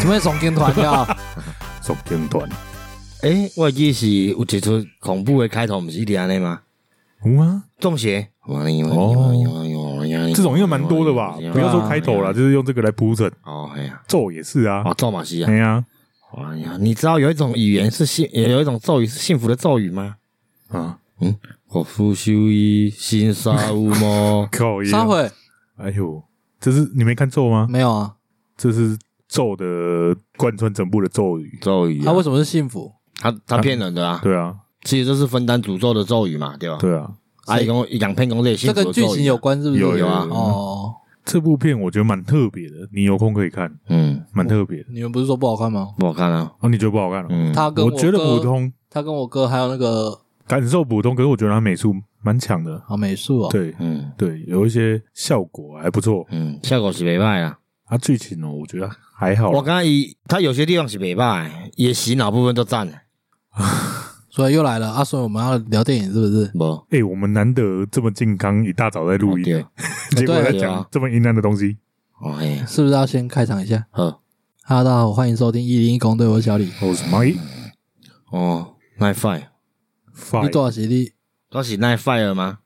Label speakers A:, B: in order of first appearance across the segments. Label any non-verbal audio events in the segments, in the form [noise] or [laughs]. A: 什么重金团呀？
B: 足警团，
C: 诶、我记是有一出恐怖的开头，不是一直安尼吗？
D: 有啊，
C: 中邪。
D: 这
C: 这
D: 种应该蛮多的吧？不要说开头啦，就是用这个来铺陈。
C: 哦，哎呀，
D: 咒也是啊，
C: 哦，咒马西啊
D: 哎，呀，？
C: 哎呀，你知道有一种语言是幸，有一种咒语是幸福的咒语吗？
B: 啊，
C: 嗯，我复修一新沙乌么
D: 靠
A: 三
D: 呀！
A: 回
D: 哎呦，这是你没看咒吗？
A: 没有啊？
D: 这是咒的贯穿整部的咒语。
C: 咒语、
A: 他
C: 啊
A: 为，什么是幸福？
C: 他他骗人的啊！
D: 对啊，
C: 其实这是分担诅咒的咒语嘛，对吧？
D: 对啊，
C: 啊，一共两篇攻略，
A: 这跟剧情有关是不是？
D: 有
C: 有啊
A: 哦，
D: 这部片我觉得蛮特别的，你有空可以看，
C: 嗯，
D: 蛮特别的。
A: 你们不是说不好看吗？
C: 不好看啊，
D: 哦，你觉得不好看了？
C: 嗯，
A: 他跟
D: 我
A: 哥
D: 觉得普，通，
A: 他跟我哥还有那个
D: 感受普通，可是我觉得它美术蛮强的。
A: 啊美术哦，
D: 对
C: 嗯
D: 对，有一些效果还不错。
C: 嗯，效果是没败啊。
D: 啊，剧情哦，我觉得还好啦。
C: 我刚刚一，他有些地方是没败，也洗脑部分都占了，
A: 所以又来了。阿顺，所以我们要聊电影是不是？
C: 不，
D: 哎、我们难得这么健康，一大早在录音，
C: 哦对，
D: [laughs] 结果在
C: 对
D: 讲
C: 啊
D: 这么阴暗的东西。
C: 哦嘿，
A: 是不是要先开场一下
C: 好，
A: ？Hello，大家好，欢迎收听一零一公队，我是小李。
D: 哦，什么？
C: 哦，nine five，
D: 发
A: 你，多少实力？
C: 都是 nine five 吗？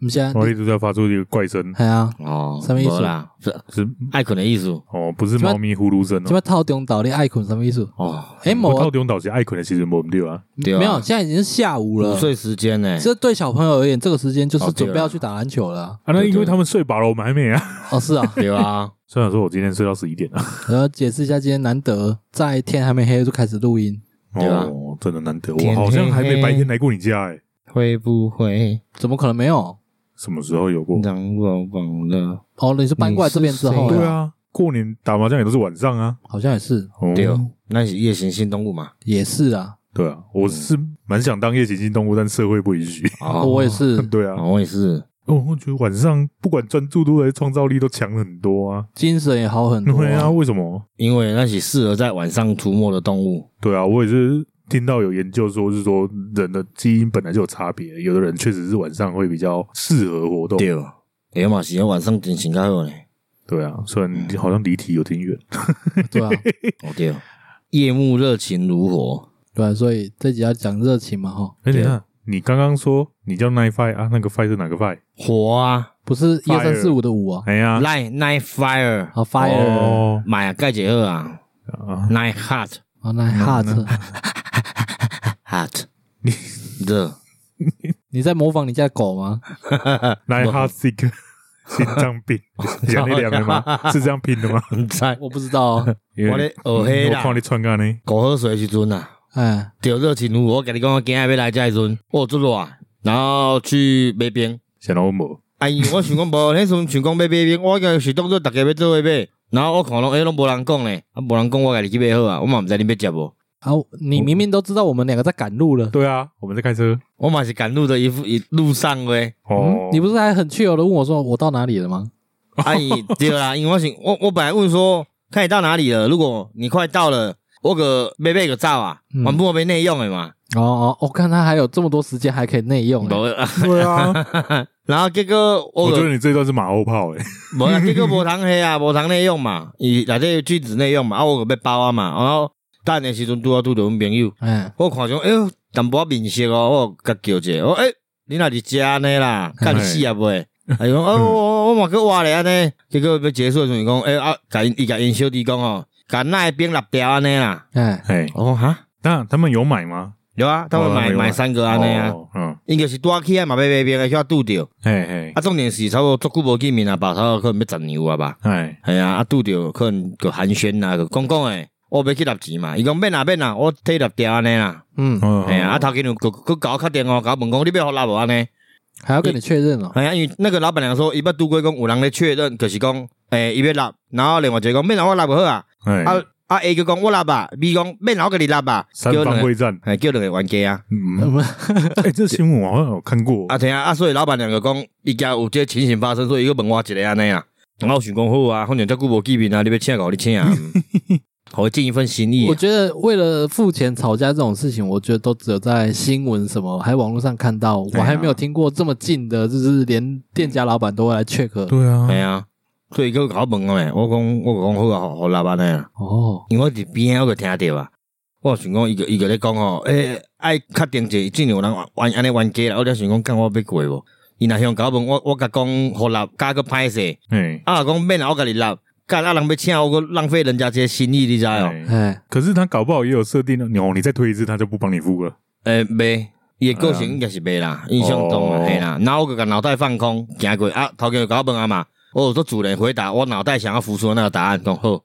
A: 我们现在
D: 哦我一直在发出一个怪声，
A: 系啊，
C: 哦，
A: 什么意思
C: 没啦？是
D: 是
C: 爱困的意思
D: 哦，不是猫咪呼噜声
A: 什
D: 哦。
A: 么套中岛你爱困什么意思？
C: 哦，
A: 哎，某
D: 我
A: 啊
D: 到底用导是爱困的，其实我们嗯对啊，
C: 对啊
A: 没有，现在已经是下午了
C: 午。睡时间呢？
A: 这对小朋友而言，这个时间就是
C: 哦对啊
A: 准备要去打篮球了啊。
D: 啊，那
C: 对
D: 因为
C: 对
D: 他们睡饱了，我们还没啊。
A: 哦，是啊，
C: 对啊，
D: 虽然说我今天睡到十一点啊，
A: 我要解释一下，今天难得在天还没黑就开始录音，
C: 对啊
D: 哦，真的难得，
C: 天
D: 我
C: 黑
D: 好像还没白天来过你家哎，
C: 会不会
A: 怎么可能没有？
D: 什么时候有过？
C: 让我忘了？
A: 哦，你是搬过来这边之后
C: 你是谁
D: 对
A: 啊，
D: 啊，过年打麻将也都是晚上啊。
A: 好像也是，
D: 哦
C: 对，哦，那是夜行性动物嘛？
A: 也是啊，
D: 对啊，我是蛮想当夜行性动物，但社会不允许。，
C: 哦
A: 我也，是
D: [laughs] 对啊，
C: 哦我也是，
D: 哦，我觉得晚上不管专注度还是创造力都强很多啊。
A: 精神也好很多
D: 对啊，
A: 啊。
D: 为什么？
C: 因为那是适合在晚上出没的动物。
D: 对啊，我也是听到有研究说，是说人的基因本来就有差别，有的人确实是晚上会比较适合活动。
C: 对，哎嘛是要晚上进行较好呢。
D: 对啊，虽然好像离题有点远。
A: 对啊，
C: 哦对哦，夜幕热情如火。
A: 对啊，所以这集要讲热情嘛，哈，
D: 哎，等一下，你刚刚说你叫 Nine Five 啊？那个 Five 是哪个 Five？
C: 火啊
A: 不是一
D: Fire
A: 二三四五的五啊，
D: 哎呀，
C: ，light night fire，
A: 好 fire，
D: 哦
C: 买啊盖杰二啊
D: 啊，
C: ，night hot
A: 好哦那 heart，
C: [laughs] hot，热
A: 你在模仿你家狗吗？
D: Nine Heart Sick 心脏病，讲那两个吗？是这样拼的吗？
C: 很赞。
A: 我不知道哦，
D: 因为
C: 我咧学黑
D: 我
C: 啦
D: 看你穿干呢。
C: 狗喝水的时阵啊，
A: 哎，
C: 就热情如火。我跟你讲，我今日要来这的时阵，我做热啊，然后去买冰。
D: 想到我无，
C: 哎，我想讲无，迄时阵想讲要买冰，我已经是当做逐家要做伙买。然后我看拢哎拢无人讲咧，啊无人讲我家己去买好啊，我嘛毋知恁要接无。
A: 啊，你明明都知道我们两个在赶路了，
D: 对啊，我们在开车。
C: 我嘛是赶路的一副一路上喂，
D: 哦
A: 嗯，你不是还很确有的问我说我到哪里了吗？
C: 啊伊对啦，因为我想我我本来问说看你到哪里了，如果你快到了，我个买买个走啊，
A: 嗯
C: 我不我被内用的嘛，
A: 哦哦，我、看他还有这么多时间还可以内用、欸，
C: 无啊，
D: 对啊，
C: [laughs] 然后结果我
D: 我觉
C: 个
D: 得你这段是马后炮哎、
C: [laughs] 无啦，结果无通迄啊，无通内用嘛，伊内底有句子内用嘛，啊，我个要包啊嘛，然后等的时阵拄好拄着阮朋友，
A: 哎，
C: 我看上哎呦，淡薄仔面色哦，我有甲叫者，我诶、欸你若伫遮安尼啦，干你死啊袂？哎呦，哦，我我嘛个活咧安尼，结果要结束的时阵伊讲，诶、啊，甲因伊甲因小弟讲哦，甲那边六条安尼啦，
A: 哎，
D: 哎、
C: 我讲哈，
D: 那他们有买吗？
C: 有啊，他们买、买三个安尼啊，
D: 哦嗯，
C: 应该是拄仔起来嘛，要买冰诶，遐拄着，
D: 嘿嘿
C: 啊，，重点是差不多足久无见面啊吧，差不多可能要十年有啊吧。
D: 哎，
C: 系啊，啊拄着可能个寒暄啦，个讲讲诶，我要去立钱嘛，伊讲免啦免啦，我替立掉安尼啦，
A: 嗯，
D: 嗯
C: 系啊，啊，头家娘佫佫甲我确定哦，甲我问讲你要互立无安尼，
A: 还要跟你确认哦，
C: 系啊，因为那个老板娘说伊要拄过讲有人咧确认，就是讲诶伊要立，然后另外一个讲免啦我立无好啊，
D: 哎、
C: 啊啊 A 就讲我立吧，B 讲免啦我甲你立吧，
D: 三
C: 叫两
D: 方
C: 个
D: 会战，
C: 系叫两个冤家啊，
D: 嗯，哎、这新闻我好像有看过，
C: 啊听啊，啊所以老板娘就讲伊惊有这情形发生，所以伊佫问我一个安尼啊，然后我想讲好啊，反正遮久无见面啊，你要请甲我你
D: [laughs]
C: 请啊，互伊尽一份心意啊
A: 我。觉得为了付钱吵架这种事情，我觉得都只有在新闻什么，还有网络上看到，我
D: 啊
A: 还没有听过这么近的，就是连店家老板都会来 check。
D: 对啊，
C: 哎呀，所以佮我问我诶，我讲我讲好啊，互互喇叭尼啊，
A: 哦，
C: 因为我伫边仔我就听着啊。我想讲伊个伊个咧讲吼，诶、爱确定者，真有人冤安尼冤家啦。我咧想讲，讲我要过无？伊若向甲我问，我我甲讲互喇加个歹势，
D: 哎，
C: 啊讲免啦，我甲你喇，干啊人要请我，我浪费人家这个心意，你知哦？
D: 哎
A: 哎，
D: 可是他搞不好也有设定你哦，你再推一次他就不帮你
C: [laughs]
D: 付了。
C: 诶，欸袂，伊诶个
A: 嗯
C: 性应该是袂啦，印象中嘛，
D: 哦
C: 嘿啦。然后我就甲脑袋放空，行过啊，头家就甲我问啊嘛，我有做主人回答，我脑袋想要浮出的那个答案，讲好，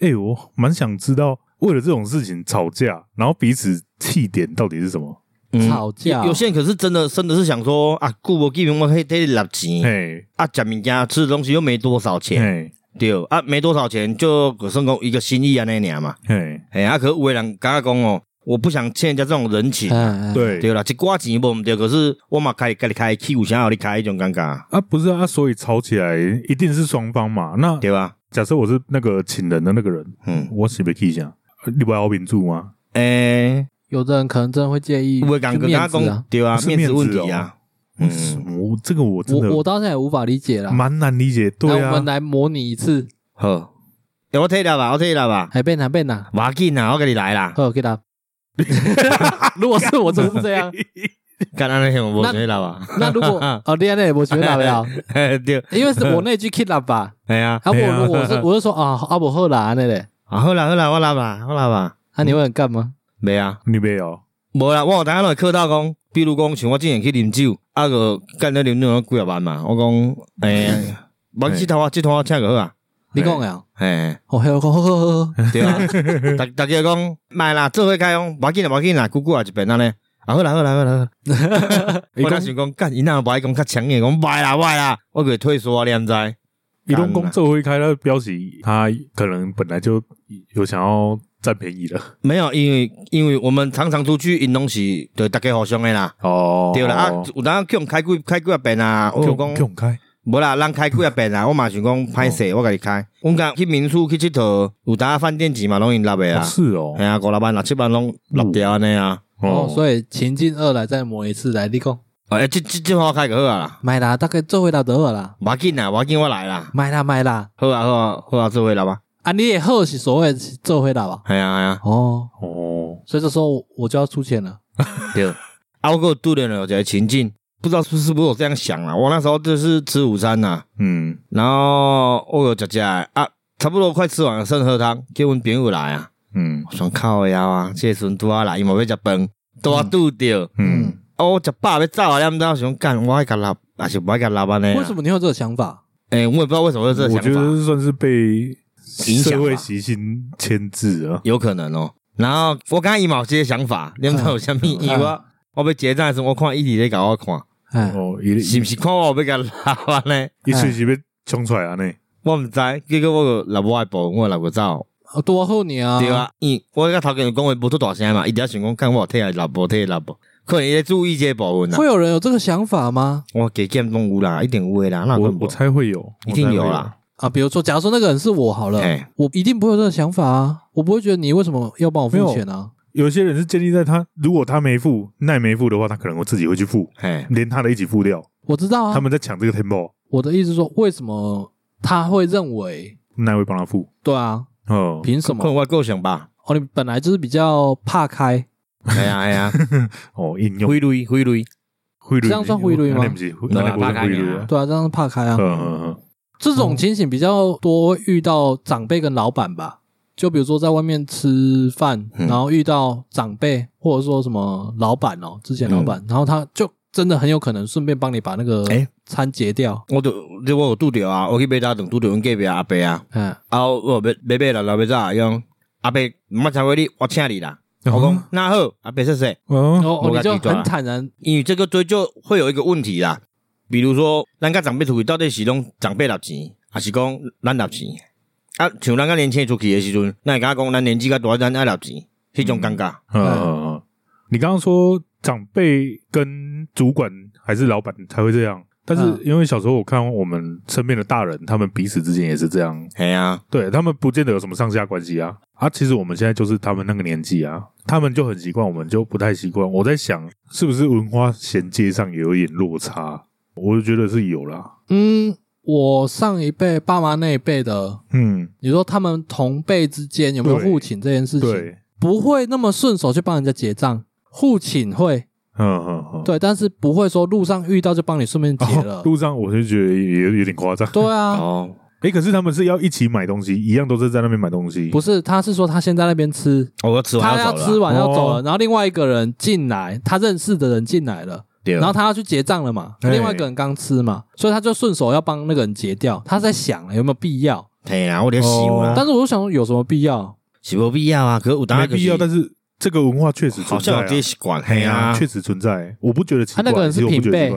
D: 哎、我蛮想知道，为了这种事情吵架，然后彼此气点到底是什么？
C: 嗯
A: 吵架
C: 有有些人可是真的真的是想说啊，顾无记名我可以替你拿钱，
D: 嘿，
C: 啊，食物件吃的东西又没多少钱，
D: 嘿，
C: 对，啊，没多少钱就可算讲一个心意安尼尔嘛，
D: 嘿，
C: 嘿，啊，可是有的人刚刚讲哦，我不想欠人家这种人情
A: 哎，，哎，
D: 对，
C: 对啦，一寡钱无毋对，可是我嘛开家己开气，有啥互你开迄种尴尬，
D: 啊，不是啊，所以吵起来一定是双方嘛。那
C: 对吧？
D: 假设我是那个请人的那个人，
C: 嗯，
D: 我是被气下，你不要民住吗？
C: 诶、
A: 有的人可能真的会介意，
C: 有的人
A: 就
C: 跟他
A: 面子
C: 讲
A: 啊。
C: 对啊，
D: 是
C: 面
D: 面
C: 子
D: 子
C: 问题啊。嗯，
D: 我这个我真
A: 我我
D: 的
A: 到现在也无法理解啦。
D: 蛮难理解。对
A: 那我
D: 啊
A: 们，来模拟一次，
C: 好，欸我退了吧，我退了吧，
A: 还被哪被哪？
C: 不要紧啊，我给你来啦。
A: 好，给
D: [laughs]
A: 他。如果是我，就是这样。
C: [laughs] 干安尼我退了吧， [laughs]
A: 那
D: [laughs]
A: 如果哦，恋爱我觉得打不了，
C: 对，
A: 因为是我那句 kid up 吧。
C: 哎呀，
A: 啊，我
D: [laughs] 对啊
A: 如果我是我是说啊啊，我后啦那嘞，
C: 啊好啦好啦，我来吧，我来吧，
A: 那啊你会很干吗？
C: 没啊，
D: 你没有
C: 无啦，我有当下会客套讲，比如讲像我之前去啉酒，啊个干咧啉两几啊万嘛，我讲，哎，无这头啊，这头啊，请就好啊，
A: 你讲呀？
C: 哎，
A: 哦，还有讲，呵呵呵 [laughs] 呵，
C: 对啊，大大家讲，卖啦，做伙开讲，无要紧啦，无要紧啦，久久啊一遍安尼，啊好啦好啦好啦好啦。我那想讲，干，伊那白讲较强硬，讲白啦白啦，我给退缩啊，你毋知？
D: 移动工作会开他的标题，他可能本来就有想要占便宜的
C: 没有，因为因为我们常常出去，因拢是对大家互相的啦，
D: 哦
C: 对啦，啊，有当叫人开几开几啊遍啊，我
D: 给
C: 有
D: 我给我
C: 讲
D: 们开，
C: 无啦，咱开几啊遍啊，我嘛想讲歹势，我甲你开，阮讲去民宿去佚佗，有当饭店钱嘛拢因拿的
D: 哦
C: 啊，
D: 是哦
C: 哎，呀，五六万六七万拢落掉安尼啊，
A: 哦，所以情境二来再模一次来，你讲，
C: 哎，即即即号开就好啊啦，
A: 买啦，大概做回答得了啦，
C: 无要紧啦，无要紧，我来啦，
A: 买啦买啦，
C: 好啊好啊好啊，做伙来吧，
A: 啊，你也好是所谓是做回答吧？
C: 哎呀哎呀，
A: 哦，
D: 哦，
A: 所以这时候我我就要出钱了。
C: 对，啊，我给我杜了有一个情境，不知道是是不是我这样想啊？我那时候就是吃午餐呐、
D: 嗯，
C: 然后我有吃吃的啊，差不多快吃完了，剩喝汤，叫阮朋友来啊，
D: 嗯
C: 我想靠腰啊，这个时阵拄啊来，伊嘛要食饭，拄啊拄着，
D: 嗯，
C: 啊，我食饱要走啊，你毋知我想干，我爱甲拉，还是不爱甲拉安尼啊？
A: 为什？么你会有这个想法？
C: 诶、我也不知道为什么有这个
D: 我
C: 想法，
D: 觉得算是被
C: 影响吧
D: 社会习性牵制啊。
C: 有可能哦。然后我刚刚伊嘛有这些想法，你毋知道有啥物？因为我我要结账的时候，我看伊伫咧甲我看，
A: 哎，
D: 哦，一
C: 是
D: 一
C: 毋是看我要甲拉安尼？
D: 一瞬间被冲出来啊！呢，
C: 我毋知，结果我就立我诶步，我立个走，
A: 哦多好你啊！
C: 对啊，伊我甲头家讲话无出大声嘛，伊伫遐想讲，看我有替伊立无替伊立无，可能伊咧注意这个部分
A: 会
C: 啦。
A: 有人有这个想法吗？
C: 我加减拢有啦，一定有诶啦，那
D: 我
C: 有
D: 我猜会有，
C: 一定有
D: 啦
C: 啦。。
A: 啊，比如说，假如说那个人是我好了
C: 哎，
A: 我一定不会有这个想法啊，我不会觉得你为什么要帮我付
D: 没有
A: 钱啊？
D: 有些人是建立在他如果他没付，那也没付的话，他可能我自己会去付，
C: 嘿，
D: 连他的一起付掉。
A: 我知道啊，
D: 他们在抢这个 tempo，
A: 我的意思是说，为什么他会认为？
D: 那会帮他付。
A: 对啊，
D: 哦，
A: 凭什
C: 可能
A: 么？
C: 我个性
A: [laughs]
C: 吧。
A: 哦，你本来就是比较怕开，
C: 哎呀哎呀，
D: 哦，应用
C: 挥泪挥泪，
D: 汇率，
A: 这样算汇率吗
D: 啊那不是，那不是汇率啊。
A: 对啊，这样怕开啊
D: 嗯。嗯嗯，
A: 这种情形比较多会遇到长辈跟老板吧。就比如说在外面吃饭，
C: 嗯
A: 然后遇到长辈或者说什么老板哦，之前老板，然后他就真的很有可能顺便帮你把那个
C: 哎
A: 餐结掉。
C: 我就这我有拄着啊，我去买搭顿拄着阮隔壁阿伯啊，
A: 嗯，
C: 啊我买买买啦，老伯仔伊讲阿伯毋捌超过你，我请你啦。我讲那好，阿伯谢谢。
A: 然
D: 哦，
A: 后
C: 我
A: 你
C: 跟
A: 就
C: 你讲啊
A: 很坦然，
C: 因为这个追究会有一个问题啦，比如说咱甲长辈出去到底是拢长辈拿钱，还是讲咱拿钱？啊，像咱甲年轻人出去的时阵，咱会甲讲咱年纪较大，咱爱拿钱，迄种尴尬。
D: 嗯嗯嗯，你刚刚说长辈跟主管还是老板才会这样，但是因为小时候我看我们身边的大人，他们彼此之间也是这样，
C: 系啊，
D: 对他们不见得有什么上下关系啊。啊，其实我们现在就是他们那个年纪啊，他们就很习惯，我们就不太习惯。我在想，是不是文化衔接上也有一点落差？我就觉得是有啦。
A: 嗯，我上一辈、爸妈那一辈的，
D: 嗯，
A: 你说他们同辈之间有没有
D: 对
A: 互请这件事情，
D: 对，
A: 不会那么顺手去帮人家结账，互请会
D: 嗯嗯嗯，
A: 对，但是不会说路上遇到就帮你顺便结
D: 哦。
A: 了。
D: 路上我就觉得也有有点夸张。
A: 对啊，
C: 哦，
D: 哎，可是他们是要一起买东西，一样都是在那边买东西，
A: 不是，他是说他先在那边吃，
C: 哦我吃完
A: 他
C: 要
A: 要
C: 走
A: 吃
C: 了啦，
A: 完要走了，
D: 哦
A: 然后另外一个人进来，他认识的人进来了，
C: 对
A: 然后他要去结账了嘛，
D: 哦哎
A: 另外一个人刚吃嘛，所以他就顺手要帮那个人结掉。他在想有没有必要，
C: 嘿啊啦，我得洗
D: 哦
C: 啦，
A: 但是我就想说有什么必要？
C: 是无必要啊，可是有当
D: 没
C: 然
D: 必要。但
C: 是
D: 是这个文化确实
C: 好
D: 存在
C: 像
D: 啊
C: 有这个习惯，
D: 嘿
C: 嘿啊，
D: 确实存在，我不觉得奇怪。
A: 他那个人
D: 其
A: 是
D: 实我不觉得
A: 平辈哦
D: 奇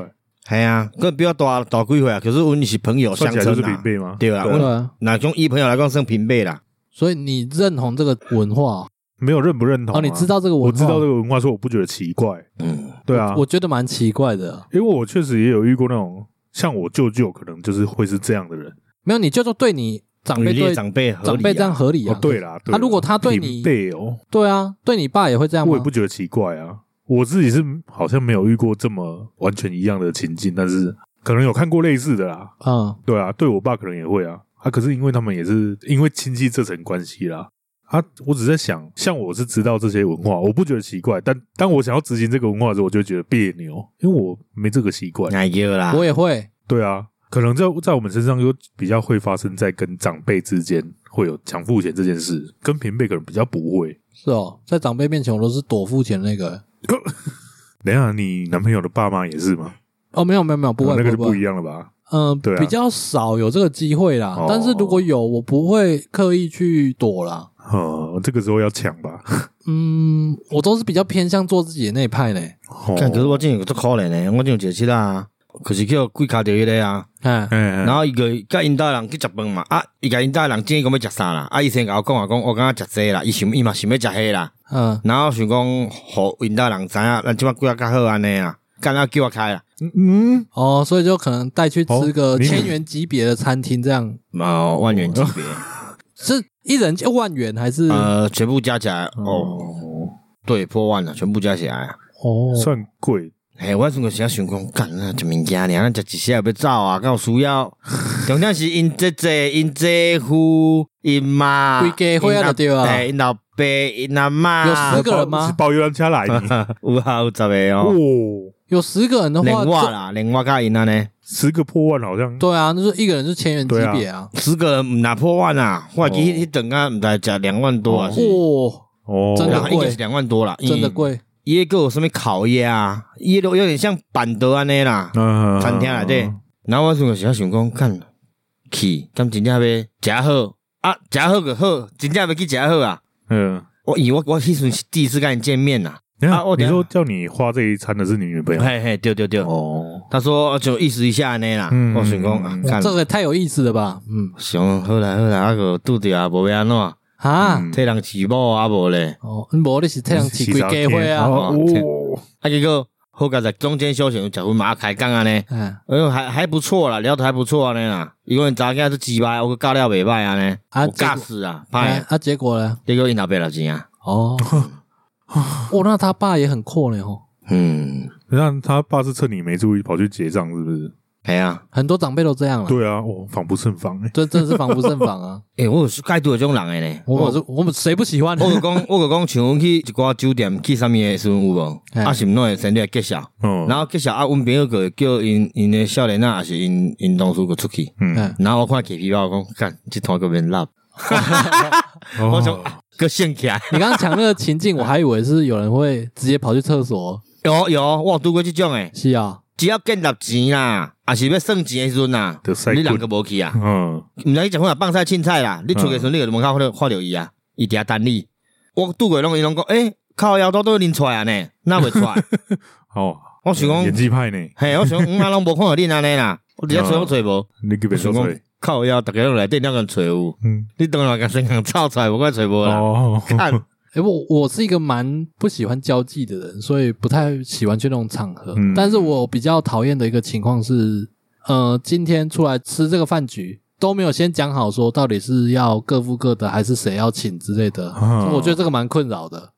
D: 怪
C: 系啊，个比较大大几岁啊，可是阮是朋友相
D: 算起来就
C: 称
D: 是
C: 啦
D: 平，辈吗？
C: 对啊，
D: 对
A: 对
C: 阮
A: 啊，
C: 那种以朋友来讲算平辈啦，
A: 所以你认同这个文化
D: 没有认不认同啊。
A: 哦？哦，你知道这个文化？
D: 我知道这个文化，说我不觉得奇怪。
C: 嗯，
D: 对啊，
A: 我觉得蛮奇怪的。
D: 因为我确实也有遇过那种像我舅舅，可能就是会是这样的人。
A: 没有，你就说对你长辈
C: 你
A: 对
C: 的长辈合理啊
A: 长辈这样合理啊？
D: 哦，对啦，对
A: 啊如果他对你
D: 平辈哦，
A: 对啊，对你爸也会这样吗？
D: 我也不觉得奇怪啊。我自己是好像没有遇过这么完全一样的情境，但是可能有看过类似的啦。
A: 嗯，
D: 对啊，对我爸可能也会啊。啊，可是因为他们也是因为亲戚这层关系啦。啊，我只是在想，像我是知道这些文化，我不觉得奇怪，但当我想要执行这个文化的时候，我就会觉得别扭，因为我没这个习惯。
C: 哎呦啦，
A: 我也会。
D: 对啊，可能在在我们身上又比较会发生在跟长辈之间会有抢付钱这件事，跟平辈可能比较不会。
A: 是哦，在长辈面前我都是躲付钱的那个。
D: 等一下，你男朋友的爸妈也是吗？
A: 哦，没有没有没有，不会
D: 哦那个就
A: 不会
D: 不一样了吧？
A: 嗯，
D: 对啊
A: 比较少有这个机会啦。
D: 哦
A: 但是如果有，我不会刻意去躲啦。
D: 哦，这个时候要抢吧？
A: 嗯，我都是比较偏向做自己的那一派呢。
D: 哦
C: 看，可是我真有足可怜的，我真有一个七啊，可是叫鬼卡着迄个啊，
A: 哎，
D: 然
C: 然后伊个甲因兜人去食饭嘛，啊，伊甲因兜人建议讲要食啥啦，啊，伊先甲我讲啊，讲我感觉食这个啦，伊想伊嘛想要食迄啦，
A: 嗯，
C: 然后想讲，互因兜人知影，咱即摆过啊较好安尼啊，干那叫我开啦，
D: 嗯，
A: 哦，所以就可能带去吃个
D: 哦你
A: 千元级别的餐厅，这样
C: 冇万元级别，
A: 是一人就万元还是？
C: 呃，全部加起来哦，
D: 哦，
C: 对，破万了，全部加起来啊。
A: 哦，
D: 算贵，
C: 嘿，我阵个时啊想讲，干啊，一物件尔，咱食一些也要走啊，敢有需要？重点是因姐姐、因姐夫、因妈、
A: 整家伙啊就对啊
C: 因阿嘿因老爸、因阿妈，
A: 有十个人吗
D: 是包游览车
C: [laughs]
D: 来的
C: 有啊，有十个哦，
D: 哦，
A: 有十个人的话，
C: 连我
A: 就
C: 啦，连我甲因安尼，
D: 十个破万好像
A: 对啊，那就是一个人是千元级别啊。
C: 十个人毋若破万啊，我记
A: 哦
C: 迄迄顿啊，毋知食两万多啊，是，
A: 哇，
D: 哦，
A: 真的
C: 啊应该是
A: 贵
C: 两万多啦，
A: 真的。贵。
C: 伊个有啥物烤鸭啊，伊都有点像板凳安尼啦，
D: 嗯
C: 餐厅啊内底，哦然后我阵个时啊想讲，干去，敢真正要食好啊，食好就好，真正要去食好啊。
D: 嗯。
C: 我以为我我迄阵是第一次跟你见面呐、
D: 等一下
C: 啊我
D: 你
C: 等一下
D: 说叫你花这一餐的是你女朋友
C: 嘿嘿，对啊对对，
D: 哦，
C: 他说就意思一下安尼啦，
D: 嗯
C: 我想讲啊
D: 嗯，
C: 干
A: 这，个也太有意思了吧？嗯
C: 想好啦好啦，啊个拄着啊，无要安怎，
A: 啊，
D: 嗯
C: 替人饲某啊无咧，
A: 哦，无你是太阳起鬼家伙啊！
D: 哦哦
C: 啊结果好佳在中间休息，食饭嘛啊开讲安尼，
A: 哎，
C: 哎呦还还不错啦，聊得还不错安尼啦，伊讲查囝是鸡巴，我教了袂歹安尼，
A: 啊
C: 我教
A: 结果
C: 死啊，
A: 哎
C: 歹，
A: 啊，结果呢？
C: 结果因老爸了钱啊，
A: 哦，哦，那他爸也很阔呢哦，
C: 嗯，
D: 那他爸是趁你没注意跑去结账，是不是？
C: 系啊。
A: 很多长辈都这样了，
D: 对啊，哦，防不胜防哎、
A: 这真的是防不胜防啊！
C: 诶、我有介多种人诶呢。
A: 我我是我们谁不喜欢？
C: 我就讲， [laughs] 我就讲，像阮去一寡酒店去啥物诶时阵有无？
A: 嘿
C: 啊，是毋拢会先来介绍，
D: 嗯，
C: 然后介绍啊，阮朋友个叫因因诶少年啊，还是因因同事个出去，
D: 嗯，
A: 嗯，
C: 然后我看起皮包讲，干，即摊个免拉，我想
D: 哦
C: 个兴起来。
A: 你刚刚讲那个情境，我还以为是有人会直接跑去厕所，
C: 有有，我有拄过即种诶，
A: 是啊，
C: 只要建立钱啦，啊是要算钱诶时阵啦
D: 就，塞
C: 你
D: 棍
C: 人个无去啊，
D: 嗯，
C: 毋知伊食款啊放菜凊彩啦，你出去的时阵你个门口看到看到伊啊，伊伫遐等你，我拄过拢伊拢讲，诶、靠腰刀都拎出来啊呢，那袂出来。
D: 哦， [laughs]
C: 我想讲
D: 演，技派呢，
C: 嘿，我想讲，嗯，啊，拢无看到恁安尼啦，我直接找我找无，
D: 你哦
C: 我
D: 给别人
C: 想讲
D: 吹，
C: 靠腰，逐个拢来电两个人找有，
D: 嗯，
C: 你当然甲先共臭出来，我甲找无啦， [laughs] 啊
D: 哦， [laughs]
C: 看，
A: 诶，我我是一个蛮不喜欢交际的人，所以不太喜欢去那种场合。
D: 嗯
A: 但是我比较讨厌的一个情况是，呃，今天出来吃这个饭局都没有先讲好说到底是要各付各的，还是谁要请之类的。
D: 啊
A: 我觉得这个蛮困扰的。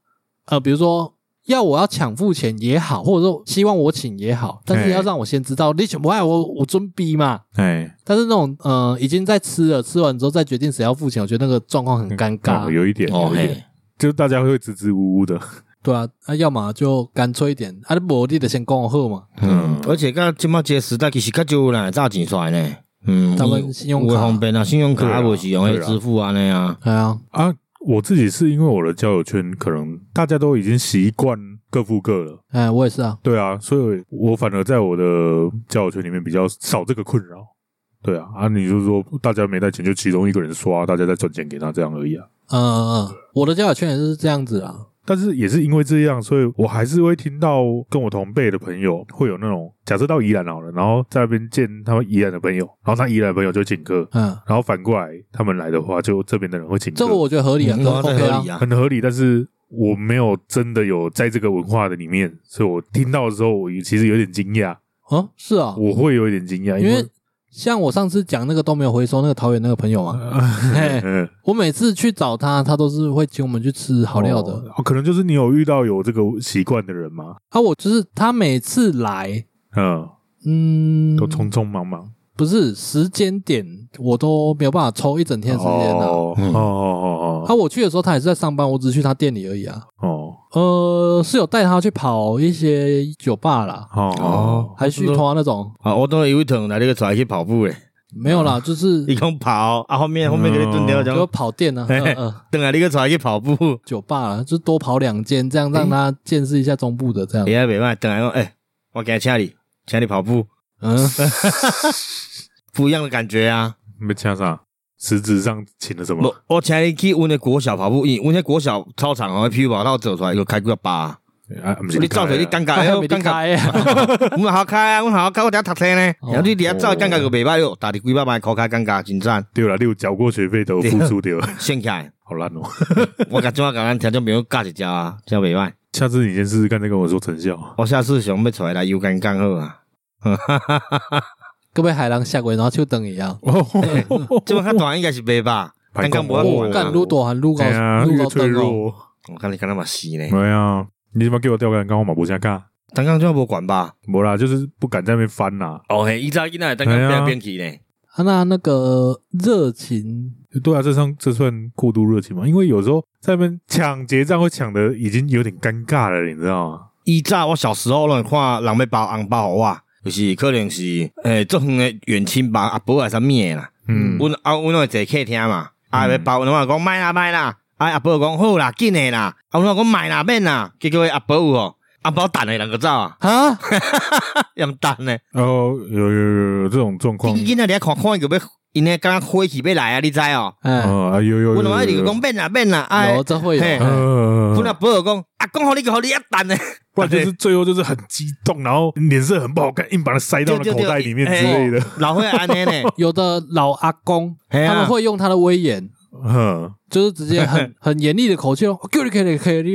A: 呃，比如说要我要抢付钱也好，或者说希望我请也好，但是
D: 嘿
A: 要让我先知道你全部爱哎我，我尊逼嘛。
D: 哎，
A: 但是那种呃，已经在吃了，吃完之后再决定谁要付钱，我觉得那个状况很尴尬。
D: 哦有一点，
C: 哦
D: 有一
C: 嘿
D: 点，，就是大家会支支吾吾的，
A: 对啊，那、要么就干脆一点，啊，我你得先跟我喝嘛，
C: 嗯，而且刚即马这个时代其实较少有人会炸钱出来呢，嗯，
A: 他们信用
C: 有
A: 卡
C: 的方便啊，信用卡
D: 对啊
C: 啊，无是用迄支付安尼啊，
A: 对啊，
D: 啊，我自己是因为我的交友圈可能大家都已经习惯各付各了，
A: 哎，我也是啊，
D: 对啊，所以我反而在我的交友圈里面比较少这个困扰。对啊，啊，你就说大家没带钱，就其中一个人刷，大家再转钱给他，这样而已啊。
A: 嗯嗯嗯，我的交友圈也是这样子啊，
D: 但是也是因为这样，所以我还是会听到跟我同辈的朋友会有那种，假设到宜兰好了，然后在那边见他们宜兰的朋友，然后他宜兰的朋友就请客，
A: 嗯，
D: 然后反过来他们来的话，就这边的人会请客，
A: 这个我觉得合理啊，
C: 嗯
A: 都
C: 啊这
A: OK 啊
C: 合理，啊，
D: 很合理，但是我没有真的有在这个文化的里面，所以我听到的时候，我其实有点惊讶，
A: 哦，是啊，
D: 我会有一点惊讶，
A: 因
D: 因
A: 为像我上次讲那个都没有回收那个桃园那个朋友嘛，嘿
D: 嗯，
A: 我每次去找他，他都是会请我们去吃好料的。
D: 哦，可能就是你有遇到有这个习惯的人嘛，
A: 啊，我就是他每次来，
D: 嗯，
A: 嗯，
D: 都匆匆忙忙，
A: 不是时间点，我都没有办法抽一整天的时间啊。
D: 哦哦
A: 啊，
D: 哦
A: 我去的时候他也是在上班，我只是去他店里而已啊。
D: 哦哦
A: 呃，是有带他去跑一些酒吧啦，
D: 哦
A: 还去拖那种，
C: 啊，我都有一趟来这个出来去跑步诶，
A: 没有
D: 啊
A: 啦，就是
C: 你讲跑啊，后面后面给你蹲掉，
A: 就
C: 讲
A: 跑店啊，嗯嗯，
C: 等下你个出来去跑步，
A: 酒吧啦，就多跑两间，这样
D: 哎
A: 让他见识一下中部的这样
C: 也。还袂歹，等下讲诶，我今日请你，请你跑步，
D: [laughs]
A: 嗯，
C: 不一样的感觉啊。
D: 没掐啥，实质上请了什么
C: 我？我请你去阮的国小跑步，因为阮的国小操场哦，屁股跑道走出来又开几个疤，
D: 啊，不是
C: 你走出来你尴尬，哎
A: 还
C: 呦
A: [laughs] 没
C: 尴尬。
A: 离开啊。
C: [laughs] 阮嘛好开啊，阮好开，我顶下读册呢，
A: 哦
C: 然后你伫遐走尴尬就袂歹哟，打你几百万考开尴尬，真赞，
D: 对了，你有缴过学费都有付出掉，
C: 省起来。
D: [laughs] 好烂哦！
C: 我甲怎啊甲咱听众朋友教一招啊，真袂歹。
D: 下次你先试试看，再跟我
C: [laughs]
D: 说成效。
C: 我下次想要出来来游干干好啊。
A: 各位海浪下跪，然后就等一啊
D: [laughs]
A: 样。
C: 哦即摆较大应该是袂吧？
D: 排
C: 干
D: 杠
C: 干无法
D: 不
A: 哦，
D: 完啊
A: 干撸大汉撸高
D: 哎呀，
A: 撸
D: 越
A: 高
D: 脆
A: 凳哦，
D: 弱。
C: 我看你敢若嘛是呢，
D: 没啊，你怎么给我钓竿？刚我嘛不加尬，
C: 单杠怎啊无管吧？
D: 没啦，就是不敢在那边翻啦。
C: 哦嘿，伊早囡仔单
D: 杠变来变
C: 变去呢。
A: 啊，那那个热情，
D: 对啊，这算这算过度热情吗？因为有时候在那边抢结账会抢的已经有点尴尬了，你知道吗？
C: 伊早我小时候拢会看人要包红包互我，啊就是可能是诶，足远诶远亲吧，阿伯啊啥物诶啦。
D: 嗯，
C: 阮啊，阮拢会坐客厅嘛，啊要包，阮嘛讲卖啦卖啦，啊阿伯讲好啦，紧诶啦，啊阮讲卖啦免啦，结果那阿伯有哦，红包等诶人个走啊，
A: 啊，
C: 用等诶，
D: 哦，有有有有这种状况，
C: 囡仔伫遐看看伊个要，因咧敢若火气要来啊，你知哦？
A: 哎，
D: 哦，啊有有有
C: 阮拢爱
D: 有
C: 就讲
D: 有，
C: 免啦免啦，啊，
A: 有这会有，
C: 嘿
A: 哎，
C: 阮阿
D: 呃，
C: 伯就讲，阿公互你个互你一啊等诶，
D: 不然就是最后就是很激动，然后脸色很不好看，硬把它塞到了口袋里面之类的。
C: 老伙安尼呢
A: [laughs] 有的老阿公
D: 哎
C: 嘿啊
A: 他们会用他的威严，
D: 嗯，
A: 就是直接很很严厉的口气哦，给你可以可以可以，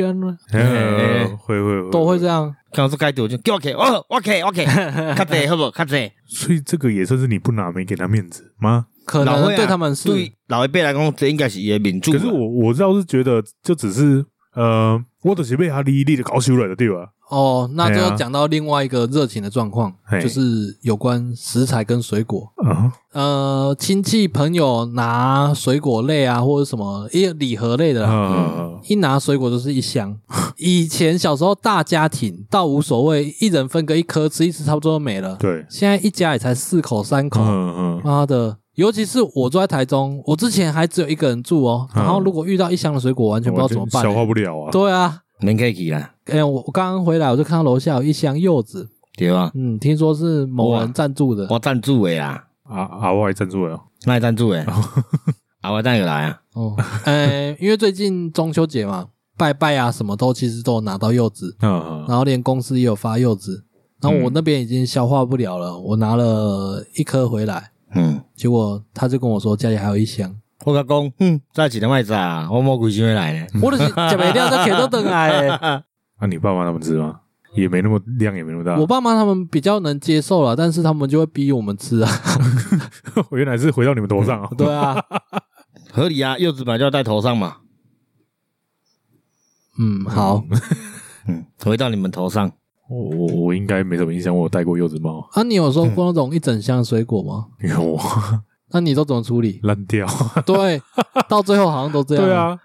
D: 呃会会
A: 都会这
D: 样，
A: 样，
C: 讲说该对就叫我客，哦，我客我
A: [laughs]
C: 客，较济好无，较济。
D: 所以这个也算是你不拿没给他面子吗？
A: 可
C: 老
A: 能
C: 伙仔
A: 呃对他们是
C: 对老一辈来讲，这应该是伊诶民主。啊
D: 可是我我倒是觉得，就只是呃，我就是被他利利的搞羞了的，啊对吧？
A: 哦，那就
D: 嘿
A: 要
D: 啊
A: 讲到另外一个热情的状况，
D: 嘿
A: 就是有关食材跟水果。
D: 啊，
A: 呃，亲戚朋友拿水果类啊，或者什么一礼盒类的啦，
D: 啊
A: 一拿水果就是一箱。以前小时候大家庭倒无所谓，一人分个一颗吃，一吃差不多就没了。
D: 对，
A: 现在一家也才四口三口，
D: 嗯嗯，
A: 妈的！尤其是我住在台中，我之前还只有一个人住哦，
D: 嗯
A: 然后如果遇到一箱的水果，完全不知道怎么办、欸
D: 消化不了啊。
A: 对啊，
C: 免客气啦，
A: 哎、我我刚刚回来，我就看到楼下有一箱柚子，
C: 对吧？
A: 嗯，听说是某
C: 哇
A: 人赞助的。
C: 我赞助诶啦，
D: 啊啊，我还站住了，
C: 那赞助诶，
D: 哦
C: [laughs] 啊，我等下就来啊。
A: 哦，呃，因为最近中秋节嘛，拜拜啊，什么都其实都有拿到柚子，
D: 嗯
A: 然后连公司也有发柚子，然后我
C: 嗯
A: 那边已经消化不了了，我拿了一颗回来，
C: 嗯，
A: 结果他就跟我说家里还有一箱，
C: 我甲讲，哼，再一个卖炸，啊我魔鬼想要来呢。
A: 我
C: [laughs]
A: 的假没料在铁都等来、欸，
D: 啊，你爸妈他们吃吗？也没那么量，也没那么大。
A: 我爸妈他们比较能接受了，但是他们就会逼我们吃
D: [laughs]
A: 啊，
D: 我 [laughs] 原来是回到你们头上啊。
A: 对 [laughs] 啊，
C: 合理啊，柚子本来就要戴头上嘛。
A: 嗯，好，
C: 嗯，回到你们头上，
D: [laughs] 我我我应该没什么印象，我有戴过柚子 [laughs] 帽，
A: 啊，你有收
D: 嗯
A: 过那种一整箱的水果吗？
D: 因为我？
A: 那你都怎么处理
D: [laughs] 烂掉。
A: 对，到最后好像都这样。
D: 对，啊，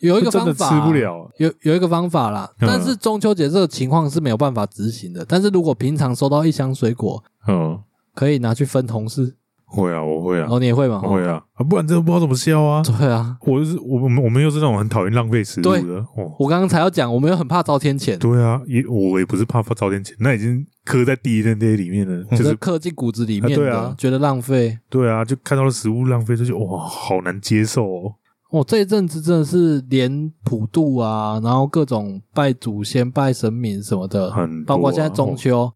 A: 有一个
D: 真
A: 方
D: 的
A: 法
D: 吃不了。
A: 有有一个方法啦，
D: 嗯
A: 但是中秋节这个情况是没有办法执行的。但是如果平常收到一箱水果，
D: 嗯，
A: 可以拿去分同事，
D: 会啊，我会啊，
A: 哦，你也会吗？
D: 我会啊，啊不然真的不知道怎么消啊。
A: 对啊，
D: 我就是我我们我们又是那种很讨厌浪费食物
A: 对
D: 的哦。
A: 我刚刚才要讲，我们又很怕遭天谴，
D: 对啊，也我也不是怕发早点钱，那已经刻在第一阵爹里面了，就
A: 这
D: 是
A: 刻进骨子里面
D: 啊对
A: 的，
D: 啊
A: 觉得浪费。
D: 对啊，就看到了食物浪费，就觉得哇，好难接受哦。
A: 我、这一阵子真的是连普渡啊，然后各种拜祖先、拜神明什么的，
D: 很多啊
A: 呃
D: 哎
A: 包括现在中秋，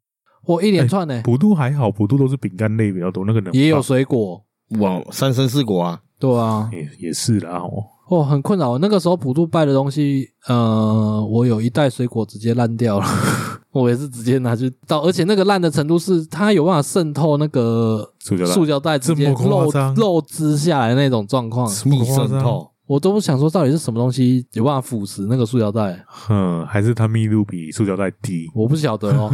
A: 我一连串呢、
D: 普渡还好，普渡都是饼干类比较多，那个能
A: 也有水果，
C: 哇，三生四果啊，
A: 对啊，
D: 也也是啦哦。
A: 哦，很困扰。那个时候普渡拜的东西，呃，我有一袋水果直接烂掉了， [laughs] 我也是直接拿去倒，而且那个烂的程度是它有办法渗透那个
D: 塑胶袋
A: 塑胶袋，直接
D: 这么夸
A: 漏
D: 张
A: 漏汁下来那种状况，
D: 这么啊
C: 逆
D: 夸
C: 渗
D: 张？
C: 透，
A: 我都不想说到底是什么东西有办法腐蚀那个塑胶袋，
D: 嗯，还是它密度比塑胶袋低。
A: 我不晓得哦。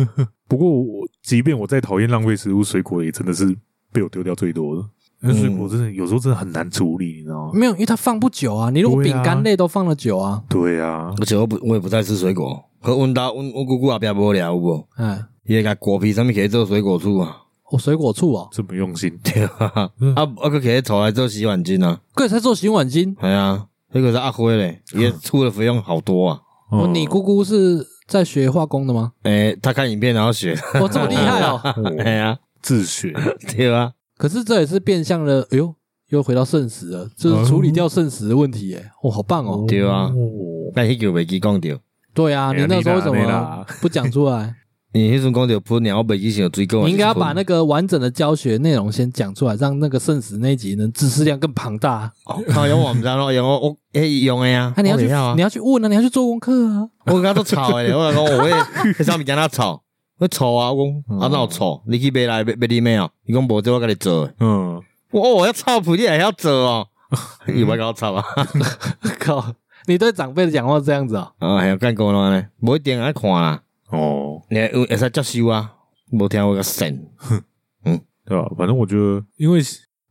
D: 不过我即便我再讨厌浪费食物，水果也真的是被我丢掉最多的。那水果真的有时候真的很难处理，你知道吗？
A: 没有，因为它放不久啊。你如果
D: 对
A: 饼
D: 啊
A: 干类都放了久啊，
D: 对啊，
C: 而且我不我也不再吃水果，可阮兜阮阮姑姑阿伯无聊有无？
A: 哎，
C: 伊会甲果皮上面起做水果醋啊，
A: 我、水果醋哦，
D: 这么用心， [laughs]
C: 对啊，啊
A: 嗯
C: 啊个起炒来做洗碗巾啊，
A: 可以才做洗碗巾。
C: 系啊，迄个是阿辉嘞，伊出的费用好多啊。
A: 哦，
D: 嗯
A: 你姑姑是在学化工的吗？
C: [laughs] 诶、他看影片然后
A: [laughs]
C: 学，
A: 哦，这么厉害
D: [laughs]
A: 哦！
C: 哎呀，
D: 自学，
C: [laughs] 对啊，
A: 可是这也是变相的，哎呦，又回到剩食了，就是处理掉剩食的问题耶。哦，好棒哦！
C: 对啊
D: 哦
C: 但迄个袂记讲着，
A: 对啊，
D: 哎
A: 你
D: 呀
A: 那时候为什
D: 你啦你
A: 么
D: 啦
A: 不讲出来？
C: 你迄阵讲着喷鸟，我袂记想追过。
A: 你应该要把那
C: 个
A: 个完整的教学内容先讲出来，让那个剩食那一集能知识量更庞大。
C: 哦，靠用我毋知咯，用我我迄用诶啊，
A: 那你要去
C: 我不啊
A: 你，要去问啊，你要去做功课啊。
C: 我甲都吵诶，我讲我会，迄啥物件那吵，我吵啊，我讲啊哪有吵，你去买来买买你咩哦？伊讲无做，我甲你做的。
D: 嗯，
C: 我哦，我要臭屁，你还要做哦？ [laughs] 你有要甲我吵啊？
A: [laughs] 靠，你对长辈的讲话这样子啊、
C: 啊，还要干讲咯呢？无一定爱看啦，
D: 哦，
C: 你会会使接受啊？无听我个神，
D: 对吧？反正我觉得，因为